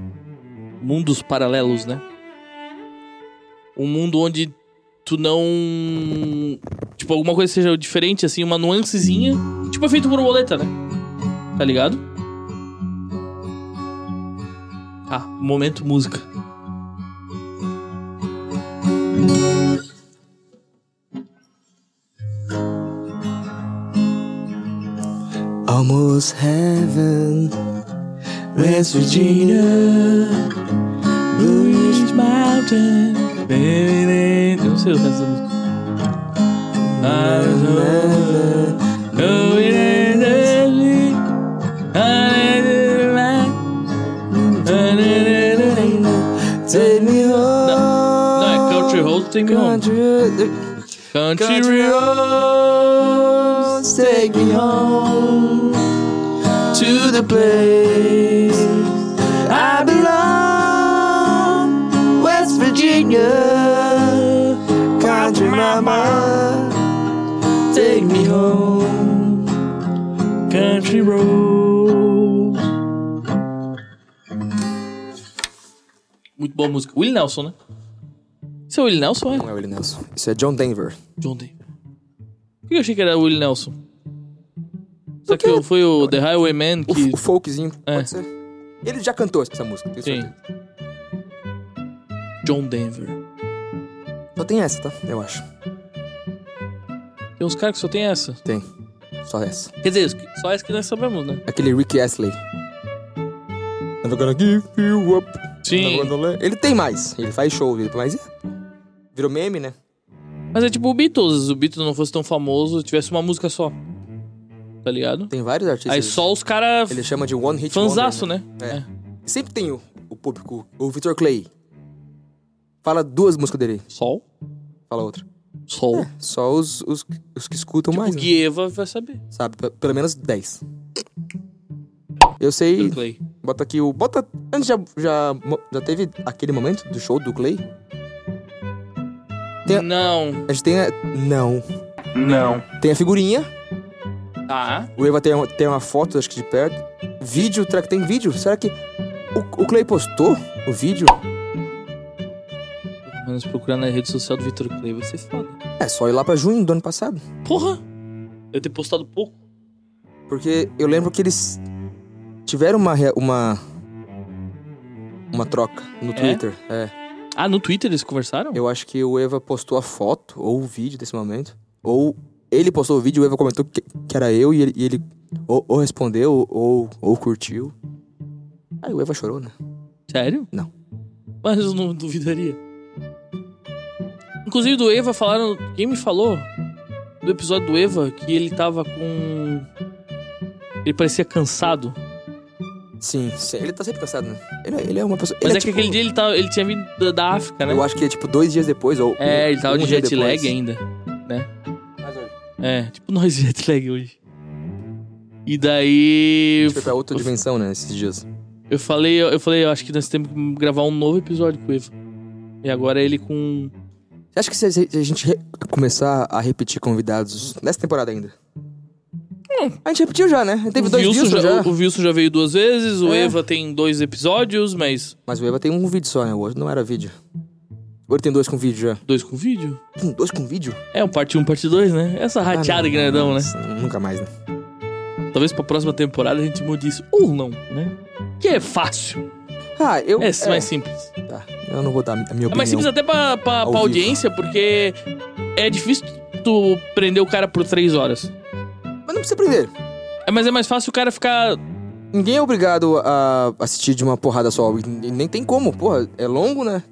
[SPEAKER 1] mundos paralelos, né? Um mundo onde tu não. Tipo, alguma coisa seja diferente, assim, uma nuancezinha. Tipo, é feito borboleta, né? Tá ligado? Ah, momento música.
[SPEAKER 2] Almost heaven, West Virginia.
[SPEAKER 1] Blue Ridge Mountain. Eu não sei o resto da música. I was over, no, it ain't early. I didn't like- I didn't like-
[SPEAKER 2] Take me home.
[SPEAKER 1] Não, é Country Road, tem nome. Country Road.
[SPEAKER 2] roads take me home to the place I belong, West Virginia. Country mama, take me home.
[SPEAKER 1] Country Road. Muito boa música. Willie Nelson, né? Isso é Willie Nelson, é?
[SPEAKER 2] Não é Willie Nelson, isso é John Denver.
[SPEAKER 1] John Denver. Por que eu achei que era o Willie Nelson? Será que eu- foi o The Highwayman
[SPEAKER 2] O,
[SPEAKER 1] que...
[SPEAKER 2] o folkzinho,
[SPEAKER 1] É.
[SPEAKER 2] pode ser? Ele já cantou essa música, tenho
[SPEAKER 1] Sim.
[SPEAKER 2] certeza.
[SPEAKER 1] John Denver.
[SPEAKER 2] Só tem essa, tá? Eu acho.
[SPEAKER 1] Tem uns caras que só tem essa.
[SPEAKER 2] Tem. Só essa.
[SPEAKER 1] Quer dizer, só essa que nós sabemos, né?
[SPEAKER 2] Aquele Rick Astley.
[SPEAKER 3] Never gonna give you up.
[SPEAKER 1] Sim.
[SPEAKER 3] Never gonna let
[SPEAKER 2] Ele tem mais. Ele faz show, ele- mas é. Virou meme, né?
[SPEAKER 1] Mas é tipo o Beatles. Se o Beatles não fosse tão famoso, tivesse uma música só. Tá ligado?
[SPEAKER 2] Tem vários artistas.
[SPEAKER 1] Aí só os caras...
[SPEAKER 2] Ele chama de One Hit
[SPEAKER 1] Fanzaço,
[SPEAKER 2] Wonder,
[SPEAKER 1] né?
[SPEAKER 2] É. Sempre tem o, o público. O Victor Clay. Fala duas músicas dele. aí.
[SPEAKER 1] É. Sol.
[SPEAKER 2] Fala outra.
[SPEAKER 1] Sol. Tipo,
[SPEAKER 2] Só os, os, os que escutam É, mais,
[SPEAKER 1] o
[SPEAKER 2] né?
[SPEAKER 1] Guieva vai saber.
[SPEAKER 2] sabe? Pe- Pelo menos 10. Eu sei.
[SPEAKER 1] Pelo Clay.
[SPEAKER 2] Bota aqui o. Bota. Antes já, já, mo- já teve aquele momento do show do Clay? Tem-
[SPEAKER 1] Não.
[SPEAKER 2] A gente tem. a- Não.
[SPEAKER 1] Não.
[SPEAKER 2] Tem a figurinha.
[SPEAKER 1] Tá.
[SPEAKER 2] O Eva tem uma, tem uma foto, acho que de perto. Vídeo, será que tem vídeo? Será que o, o Clay postou o vídeo?
[SPEAKER 1] Pelo menos procurar na rede social do Victor Clay vai ser foda.
[SPEAKER 2] É só ir lá pra junho do ano passado.
[SPEAKER 1] Porra! Eu ter postado pouco.
[SPEAKER 2] Porque eu lembro que eles tiveram uma. rea- Uma, uma troca no Twitter. É.
[SPEAKER 1] Ah, no Twitter eles conversaram?
[SPEAKER 2] Eu acho que o Eva postou a foto ou o vídeo desse momento. Ou ele postou o vídeo, o Eva comentou que, que era eu e ele, e ele Ou, ou respondeu, ou, ou curtiu. Aí o Eva chorou, né?
[SPEAKER 1] Sério?
[SPEAKER 2] Não.
[SPEAKER 1] Mas eu não duvidaria. Inclusive do Eva falaram. Quem me falou do episódio do Eva que ele tava com. Ele parecia cansado.
[SPEAKER 2] Sim, sim. Ele tá sempre cansado, né? Ele, ele é uma pessoa.
[SPEAKER 1] Mas
[SPEAKER 2] ele
[SPEAKER 1] é, que
[SPEAKER 2] tipo-
[SPEAKER 1] aquele dia ele, tava, ele tinha vindo da, da África, né?
[SPEAKER 2] Eu acho que é tipo dois dias depois, ou.
[SPEAKER 1] É, ele tava
[SPEAKER 2] um
[SPEAKER 1] de
[SPEAKER 2] dia
[SPEAKER 1] jet lag
[SPEAKER 2] depois.
[SPEAKER 1] ainda. É, tipo nós de jet lag hoje. E daí.
[SPEAKER 2] A gente foi pra outra dimensão, né? Esses dias.
[SPEAKER 1] Eu falei, eu falei, eu acho que nós temos que gravar um novo episódio com o Eva. E agora é ele com.
[SPEAKER 2] Você acha que se a se a gente re- começar a repetir convidados nessa temporada ainda? A gente repetiu já, né? Teve
[SPEAKER 1] É. o
[SPEAKER 2] dois
[SPEAKER 1] Wilson
[SPEAKER 2] vídeos já.
[SPEAKER 1] O, o Wilson já veio duas vezes, o
[SPEAKER 2] É.
[SPEAKER 1] Eva tem dois episódios, mas
[SPEAKER 2] Mas o Eva tem um vídeo só, né? O outro não era vídeo. Agora tem dois com vídeo já.
[SPEAKER 1] dois com vídeo?
[SPEAKER 2] Tem dois com vídeo? Ah,
[SPEAKER 1] É, um parte 1, um, parte 2, né? Essa rateada
[SPEAKER 2] não,
[SPEAKER 1] grandão, né?
[SPEAKER 2] Nossa, Nunca mais, né?
[SPEAKER 1] Talvez pra próxima temporada a gente mude isso. Ou não, né? Que é fácil.
[SPEAKER 2] Ah, eu.
[SPEAKER 1] É, mais simples.
[SPEAKER 2] Tá, eu não vou dar a minha opinião.
[SPEAKER 1] É mais simples até pra, pra, pra
[SPEAKER 2] Ao vivo.
[SPEAKER 1] audiência, porque é difícil tu prender o cara por três horas.
[SPEAKER 2] Mas não precisa aprender.
[SPEAKER 1] É, mas é mais fácil o cara ficar.
[SPEAKER 2] Ninguém é obrigado a assistir de uma porrada só. E nem tem como, porra. É longo, né?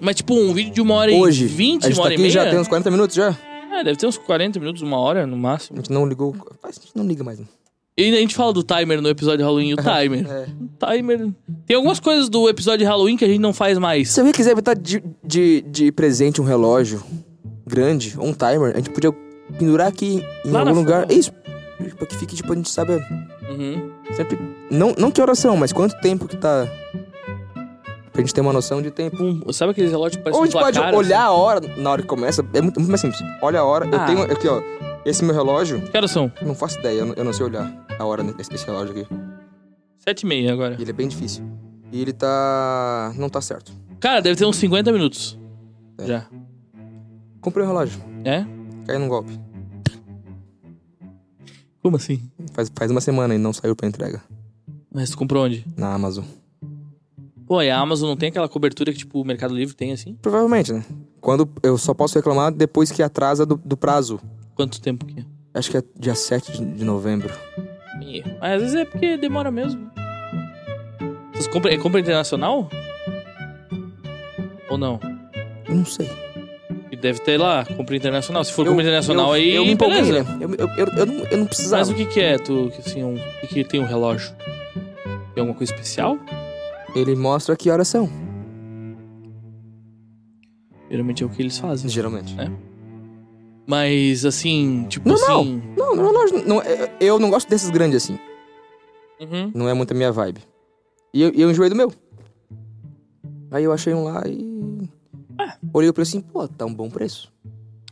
[SPEAKER 1] Mas, tipo, um vídeo de uma hora
[SPEAKER 2] Hoje.
[SPEAKER 1] e vinte,
[SPEAKER 2] a gente
[SPEAKER 1] uma
[SPEAKER 2] tá
[SPEAKER 1] hora
[SPEAKER 2] aqui
[SPEAKER 1] e meia.
[SPEAKER 2] já tem uns 40 minutos já.
[SPEAKER 1] É, deve ter uns 40 minutos, uma hora no
[SPEAKER 2] A
[SPEAKER 1] máximo.
[SPEAKER 2] gente não ligou. A gente não liga mais. Né?
[SPEAKER 1] E ainda a gente fala do timer no episódio de Halloween. O timer.
[SPEAKER 2] É.
[SPEAKER 1] O timer. Tem algumas coisas do episódio de Halloween que a gente não faz mais.
[SPEAKER 2] Se alguém quiser botar de, de, de presente um relógio grande, ou um timer, a gente podia pendurar aqui em
[SPEAKER 1] Lá na
[SPEAKER 2] algum lugar.
[SPEAKER 1] frente.
[SPEAKER 2] É isso. Pra que fique, tipo, a gente sabe
[SPEAKER 1] Uhum.
[SPEAKER 2] sempre. Não, não que oração, mas quanto tempo que tá. Pra gente ter uma noção de tempo.
[SPEAKER 1] Pum, sabe aqueles relógios que parecem
[SPEAKER 2] Ou a gente
[SPEAKER 1] um
[SPEAKER 2] pode
[SPEAKER 1] placar?
[SPEAKER 2] olhar a hora na hora que começa. É muito, muito mais simples. Olha a hora.
[SPEAKER 1] Ah.
[SPEAKER 2] Eu tenho aqui, ó. Esse meu relógio,
[SPEAKER 1] assim? Que horas são?
[SPEAKER 2] não faço ideia, eu não, eu não sei olhar a hora nesse nesse relógio aqui.
[SPEAKER 1] Sete e meia agora.
[SPEAKER 2] E ele é bem difícil. E ele tá. não tá certo.
[SPEAKER 1] Cara, deve ter uns 50 minutos.
[SPEAKER 2] É.
[SPEAKER 1] Já.
[SPEAKER 2] Comprei o relógio,
[SPEAKER 1] É?
[SPEAKER 2] caiu num golpe.
[SPEAKER 1] Como assim?
[SPEAKER 2] Faz, faz uma semana e não saiu pra entrega.
[SPEAKER 1] Mas tu comprou onde?
[SPEAKER 2] Na Amazon.
[SPEAKER 1] Pô, e a Amazon não tem aquela cobertura que, tipo, o Mercado Livre tem, assim?
[SPEAKER 2] Provavelmente, né? Quando eu só posso reclamar depois que atrasa do, do prazo.
[SPEAKER 1] Quanto tempo que é?
[SPEAKER 2] Acho que é dia 7 de- de novembro.
[SPEAKER 1] Ih, Mas às vezes é porque demora mesmo. Vocês compram... É compra internacional? Ou não?
[SPEAKER 2] Eu não sei.
[SPEAKER 1] E deve ter lá, compra internacional. Se for
[SPEAKER 2] Eu-
[SPEAKER 1] compra internacional
[SPEAKER 2] eu-
[SPEAKER 1] aí,
[SPEAKER 2] eu me empolguei,
[SPEAKER 1] beleza.
[SPEAKER 2] né? Eu, eu, eu, eu não, eu não precisava.
[SPEAKER 1] Mas o que que é, tu, que, assim, um, o que que tem um relógio? Tem alguma coisa especial?
[SPEAKER 2] Ele mostra que horas são,
[SPEAKER 1] Geralmente é o que eles fazem.
[SPEAKER 2] geralmente.
[SPEAKER 1] Mas, assim, tipo
[SPEAKER 2] Normal.
[SPEAKER 1] assim...
[SPEAKER 2] Não, não, não, não eu- eu não gosto desses grandes assim.
[SPEAKER 1] Uhum.
[SPEAKER 2] Não é muito a minha vibe. E eu, e eu enjoei do meu. Aí eu achei um lá e.
[SPEAKER 1] É.
[SPEAKER 2] Olhei o preço assim, pô, tá um bom preço.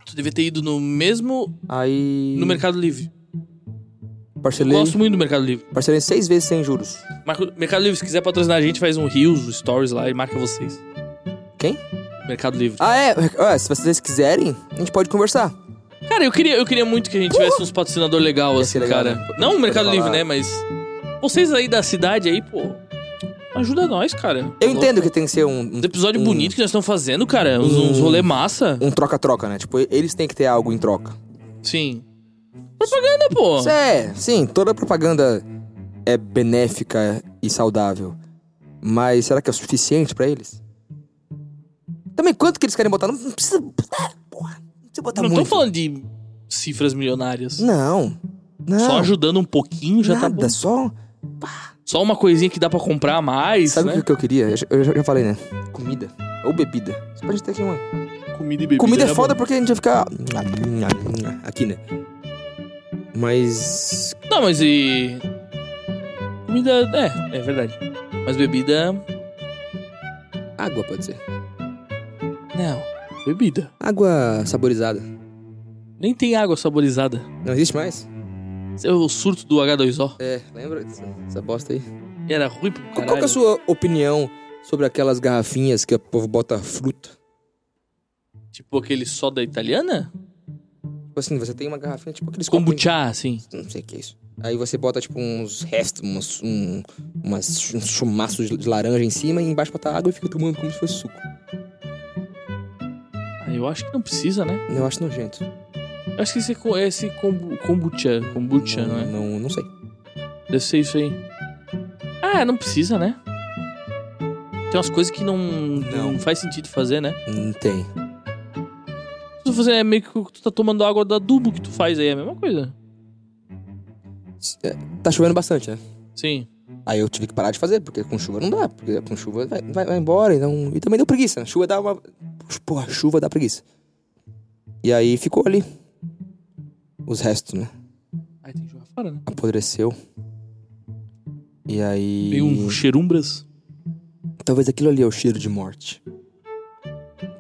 [SPEAKER 1] Tu devia ter ido no mesmo...
[SPEAKER 2] Aí.
[SPEAKER 1] No Mercado Livre.
[SPEAKER 2] Parcelei,
[SPEAKER 1] Gosto muito do Mercado Livre.
[SPEAKER 2] parcelei seis vezes sem juros.
[SPEAKER 1] Marco- Mercado Livre, se quiser patrocinar a gente, faz um Reels, um Stories lá e marca vocês.
[SPEAKER 2] Quem?
[SPEAKER 1] Mercado Livre.
[SPEAKER 2] Ah, é? Ah, se vocês quiserem, a gente pode conversar.
[SPEAKER 1] Cara, eu queria, eu queria muito que a gente tivesse uns patrocinador legal,
[SPEAKER 2] Ia
[SPEAKER 1] assim,
[SPEAKER 2] ser legal,
[SPEAKER 1] cara.
[SPEAKER 2] né?
[SPEAKER 1] Não o Mercado
[SPEAKER 2] Poder
[SPEAKER 1] Livre,
[SPEAKER 2] falar.
[SPEAKER 1] né? Mas. Vocês aí da cidade aí, pô. Ajuda nós, cara.
[SPEAKER 2] Eu entendo Hum. que tem que ser um. um
[SPEAKER 1] Os episódios
[SPEAKER 2] um-
[SPEAKER 1] bonitos que nós estamos fazendo, cara. Uns, uns rolê massa.
[SPEAKER 2] Um troca-troca, né? Tipo, eles têm que ter algo em troca.
[SPEAKER 1] Sim. Propaganda, pô.
[SPEAKER 2] Isso É, sim, toda propaganda é benéfica e saudável. Mas será que é o suficiente pra eles? Também quanto que eles querem botar? Não não precisa. Ah, Porra, não precisa botar
[SPEAKER 1] Não tô
[SPEAKER 2] tá muito.
[SPEAKER 1] falando de cifras milionárias.
[SPEAKER 2] Não. Não.
[SPEAKER 1] Só ajudando um pouquinho já tá
[SPEAKER 2] nada,
[SPEAKER 1] bom.
[SPEAKER 2] só.
[SPEAKER 1] Só uma coisinha que dá pra comprar a mais,
[SPEAKER 2] Sabe o
[SPEAKER 1] né?
[SPEAKER 2] que eu queria? Eu já- Eu já, já falei, né? Comida. Ou bebida. Só pra gente ter aqui uma.
[SPEAKER 1] Comida e bebida.
[SPEAKER 2] Comida é
[SPEAKER 1] né,
[SPEAKER 2] foda
[SPEAKER 1] bom?
[SPEAKER 2] porque a gente vai ficar. Aqui, né? Mas.
[SPEAKER 1] Não, mas e. Comida. É, é verdade. Mas bebida.
[SPEAKER 2] Água pode ser.
[SPEAKER 1] Não. Bebida.
[SPEAKER 2] Água saborizada.
[SPEAKER 1] Nem tem água saborizada.
[SPEAKER 2] Não existe mais?
[SPEAKER 1] Esse é o surto do H2O.
[SPEAKER 2] É, lembra dessa, dessa bosta aí?
[SPEAKER 1] Era ruim pro caralho.
[SPEAKER 2] Qual que é a sua opinião sobre aquelas garrafinhas que o povo bota fruta?
[SPEAKER 1] Tipo aquele soda italiana?
[SPEAKER 2] Tipo assim, você tem uma garrafinha, tipo aqueles... copinhos-
[SPEAKER 1] Kombucha, assim.
[SPEAKER 2] Não sei o que é isso. Aí você bota, tipo, uns restos, umas, um, umas ch- uns chumaços de laranja em cima e embaixo bota água e fica tomando como se fosse suco.
[SPEAKER 1] Ah, eu acho que não precisa, né?
[SPEAKER 2] Eu acho nojento.
[SPEAKER 1] Eu acho que esse é co- é esse kombu- kombucha. Kombucha, não é?
[SPEAKER 2] Não, não sei.
[SPEAKER 1] Deve ser isso aí. Ah, não precisa, né? Tem umas coisas que não, não. faz sentido fazer, né?
[SPEAKER 2] Não tem.
[SPEAKER 1] Tu fazer é meio que tu tá tomando água do adubo que tu faz aí, é a mesma coisa.
[SPEAKER 2] É, Tá chovendo bastante, né?
[SPEAKER 1] Sim.
[SPEAKER 2] Aí eu tive que parar de fazer, porque com chuva não dá. Porque com chuva vai, vai, vai embora. Então... E também deu preguiça. né? Chuva dá uma. Porra, chuva dá preguiça. E aí ficou ali. Os restos, né?
[SPEAKER 1] Aí tem que jogar fora, né?
[SPEAKER 2] Apodreceu. E aí.
[SPEAKER 1] Veio um cheirumbras.
[SPEAKER 2] Talvez aquilo ali é o cheiro de morte.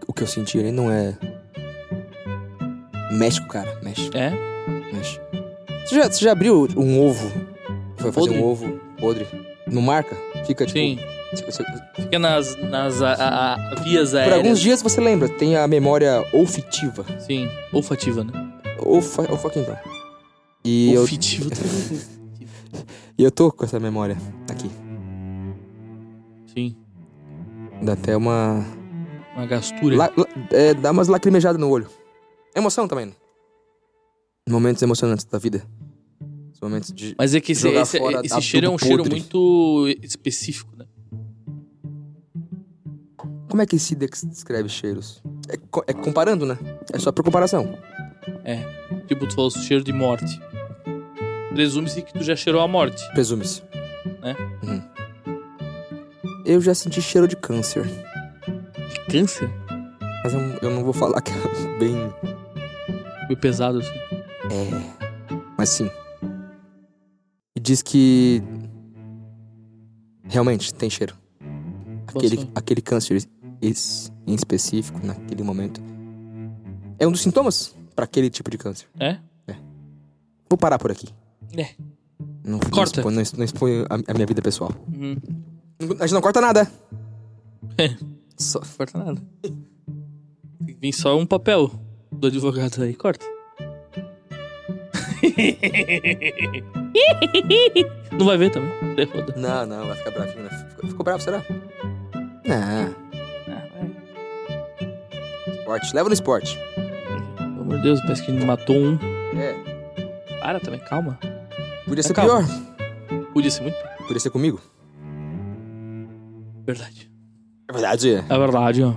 [SPEAKER 2] O que eu senti ali não é. México, cara. México.
[SPEAKER 1] É?
[SPEAKER 2] Mexe. Você já, você já abriu um ovo? Foi fazer
[SPEAKER 1] Podre.
[SPEAKER 2] um ovo podre? Não marca? Fica tipo.
[SPEAKER 1] Sim.
[SPEAKER 2] você- você-
[SPEAKER 1] Fica nas, nas a- a- a- vias
[SPEAKER 2] por
[SPEAKER 1] aéreas.
[SPEAKER 2] alguns dias você lembra, tem a memória olfativa.
[SPEAKER 1] Sim. Olfativa, né?
[SPEAKER 2] Olfa, olfativa então. E eu,
[SPEAKER 1] Olfativa.
[SPEAKER 2] e eu tô com essa memória aqui.
[SPEAKER 1] Sim.
[SPEAKER 2] Dá até uma.
[SPEAKER 1] Uma gastura.
[SPEAKER 2] la- la- é, dá umas lacrimejadas no olho. Emoção também. né? Momentos emocionantes da vida. Os momentos de.
[SPEAKER 1] Mas é que esse,
[SPEAKER 2] Jogar
[SPEAKER 1] esse-
[SPEAKER 2] fora
[SPEAKER 1] esse
[SPEAKER 2] adubo
[SPEAKER 1] cheiro é um cheiro
[SPEAKER 2] podre.
[SPEAKER 1] muito específico, né?
[SPEAKER 2] Como é que se dex- descreve cheiros? É, co- é comparando, né? É só por comparação.
[SPEAKER 1] Tipo, tu falou cheiro de morte. Presume-se que tu já cheirou a morte.
[SPEAKER 2] Presume-se.
[SPEAKER 1] Né?
[SPEAKER 2] Uhum. Eu já senti cheiro de câncer.
[SPEAKER 1] De câncer?
[SPEAKER 2] Mas eu, eu não vou falar que é bem.
[SPEAKER 1] Foi pesado, assim.
[SPEAKER 2] É. Mas sim. E diz que. Realmente, tem cheiro. Aquele,
[SPEAKER 1] Nossa.
[SPEAKER 2] aquele câncer esse, em específico, naquele momento. É um dos sintomas para aquele tipo de câncer.
[SPEAKER 1] É?
[SPEAKER 2] Vou parar por aqui.
[SPEAKER 1] É.
[SPEAKER 2] Não,
[SPEAKER 1] Corta.
[SPEAKER 2] Não exponho, não expo- não exponho a, a minha vida pessoal.
[SPEAKER 1] Uhum.
[SPEAKER 2] Não- A gente não corta nada. É. Só.
[SPEAKER 1] Corta nada. Tem que vir só um papel do advogado aí. Corta. Não vai ver também. É foda.
[SPEAKER 2] Não, não, vai ficar bravinho, né? Ficou, ficou bravo, será? Não,
[SPEAKER 1] Ah,
[SPEAKER 2] esporte. Leva no esporte.
[SPEAKER 1] Pelo amor de Deus, parece que ele matou um.
[SPEAKER 2] É.
[SPEAKER 1] Para também, calma.
[SPEAKER 2] Podia
[SPEAKER 1] Mas
[SPEAKER 2] ser
[SPEAKER 1] calma.
[SPEAKER 2] pior.
[SPEAKER 1] Podia ser muito pior.
[SPEAKER 2] Podia ser comigo.
[SPEAKER 1] Verdade.
[SPEAKER 2] É verdade.
[SPEAKER 1] É verdade, ó.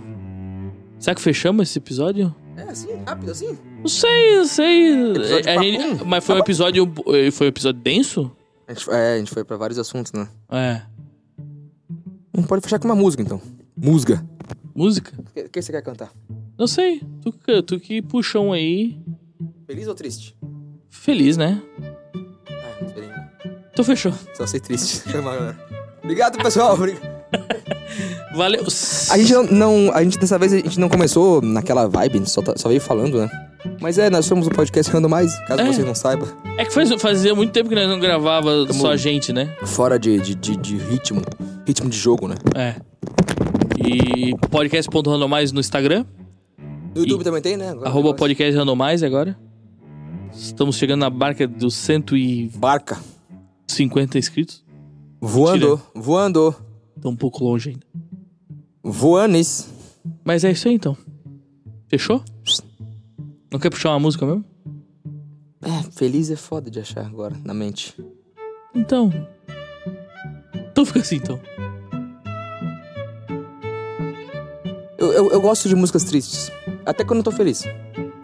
[SPEAKER 1] Será que fechamos esse episódio?
[SPEAKER 2] É assim, rápido, assim.
[SPEAKER 1] Não sei, não sei.
[SPEAKER 2] Episódio
[SPEAKER 1] É, a gente-
[SPEAKER 2] papum.
[SPEAKER 1] mas foi um episódio. eh, Foi um episódio denso?
[SPEAKER 2] A gente, é, a gente foi pra vários assuntos, né?
[SPEAKER 1] É.
[SPEAKER 2] Não pode fechar com uma música, então. Música.
[SPEAKER 1] Música?
[SPEAKER 2] O que, que você quer cantar?
[SPEAKER 1] Não sei. Tu, que- tu que puxa um aí.
[SPEAKER 2] Feliz ou triste?
[SPEAKER 1] Feliz, né?
[SPEAKER 2] Ah, não sei nenhuma.
[SPEAKER 1] Então fechou.
[SPEAKER 2] Só sei triste. Foi mal, galera. Obrigado, pessoal. Obrigado.
[SPEAKER 1] Valeu.
[SPEAKER 2] A gente não, não- A gente dessa vez a gente não começou naquela vibe, só, tá- só veio falando, né? Mas é, nós somos o podcast Random Mais, caso
[SPEAKER 1] É.
[SPEAKER 2] vocês não saibam.
[SPEAKER 1] É que faz, fazia muito tempo que nós não gravava
[SPEAKER 2] Tamo-
[SPEAKER 1] só a gente, né?
[SPEAKER 2] Fora de, de, de, de ritmo. Ritmo de jogo, né?
[SPEAKER 1] É. E podcast.randomais no Instagram.
[SPEAKER 2] No YouTube
[SPEAKER 1] E-
[SPEAKER 2] também tem, né? Agora
[SPEAKER 1] Arroba
[SPEAKER 2] negócio.
[SPEAKER 1] podcast randomais agora. Estamos chegando na barca dos 150
[SPEAKER 2] Barca.
[SPEAKER 1] inscritos.
[SPEAKER 2] Voando, voando.
[SPEAKER 1] Tá um pouco longe ainda.
[SPEAKER 2] Voanes.
[SPEAKER 1] Mas é isso aí então. Fechou? Não quer puxar uma música mesmo?
[SPEAKER 2] É, feliz é foda de achar agora, na mente.
[SPEAKER 1] Então. Então fica assim então.
[SPEAKER 2] Eu, eu, eu gosto de músicas tristes. Até quando eu tô feliz.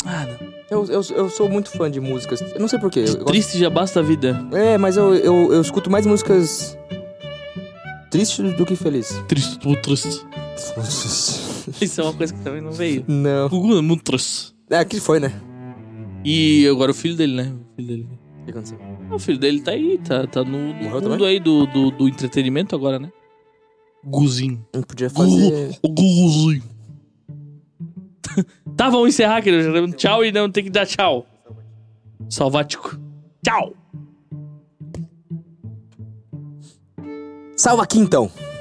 [SPEAKER 1] Ah, não.
[SPEAKER 2] Eu, eu, eu sou muito fã de músicas. Eu não sei porquê. Eu, eu gosto-
[SPEAKER 1] Triste já basta a vida.
[SPEAKER 2] É, mas eu, eu, eu escuto mais músicas tristes do que feliz.
[SPEAKER 1] Triste, tu triste. Isso é uma coisa que também não veio.
[SPEAKER 2] Não.
[SPEAKER 1] Gugu é muito triste.
[SPEAKER 2] É, aqui foi, né?
[SPEAKER 1] E agora o filho dele, né? O filho dele.
[SPEAKER 2] O que aconteceu?
[SPEAKER 1] O filho dele tá aí, tá, tá no, no
[SPEAKER 2] Morreu
[SPEAKER 1] mundo
[SPEAKER 2] também?
[SPEAKER 1] aí do, do, do entretenimento agora, né? Guzinho.
[SPEAKER 2] A gente podia fazer.
[SPEAKER 1] O Guzinho. tá, vamos encerrar, querido. Já deu um Tchau e não tem que dar tchau. Salvático. Tchau!
[SPEAKER 2] Salva aqui então!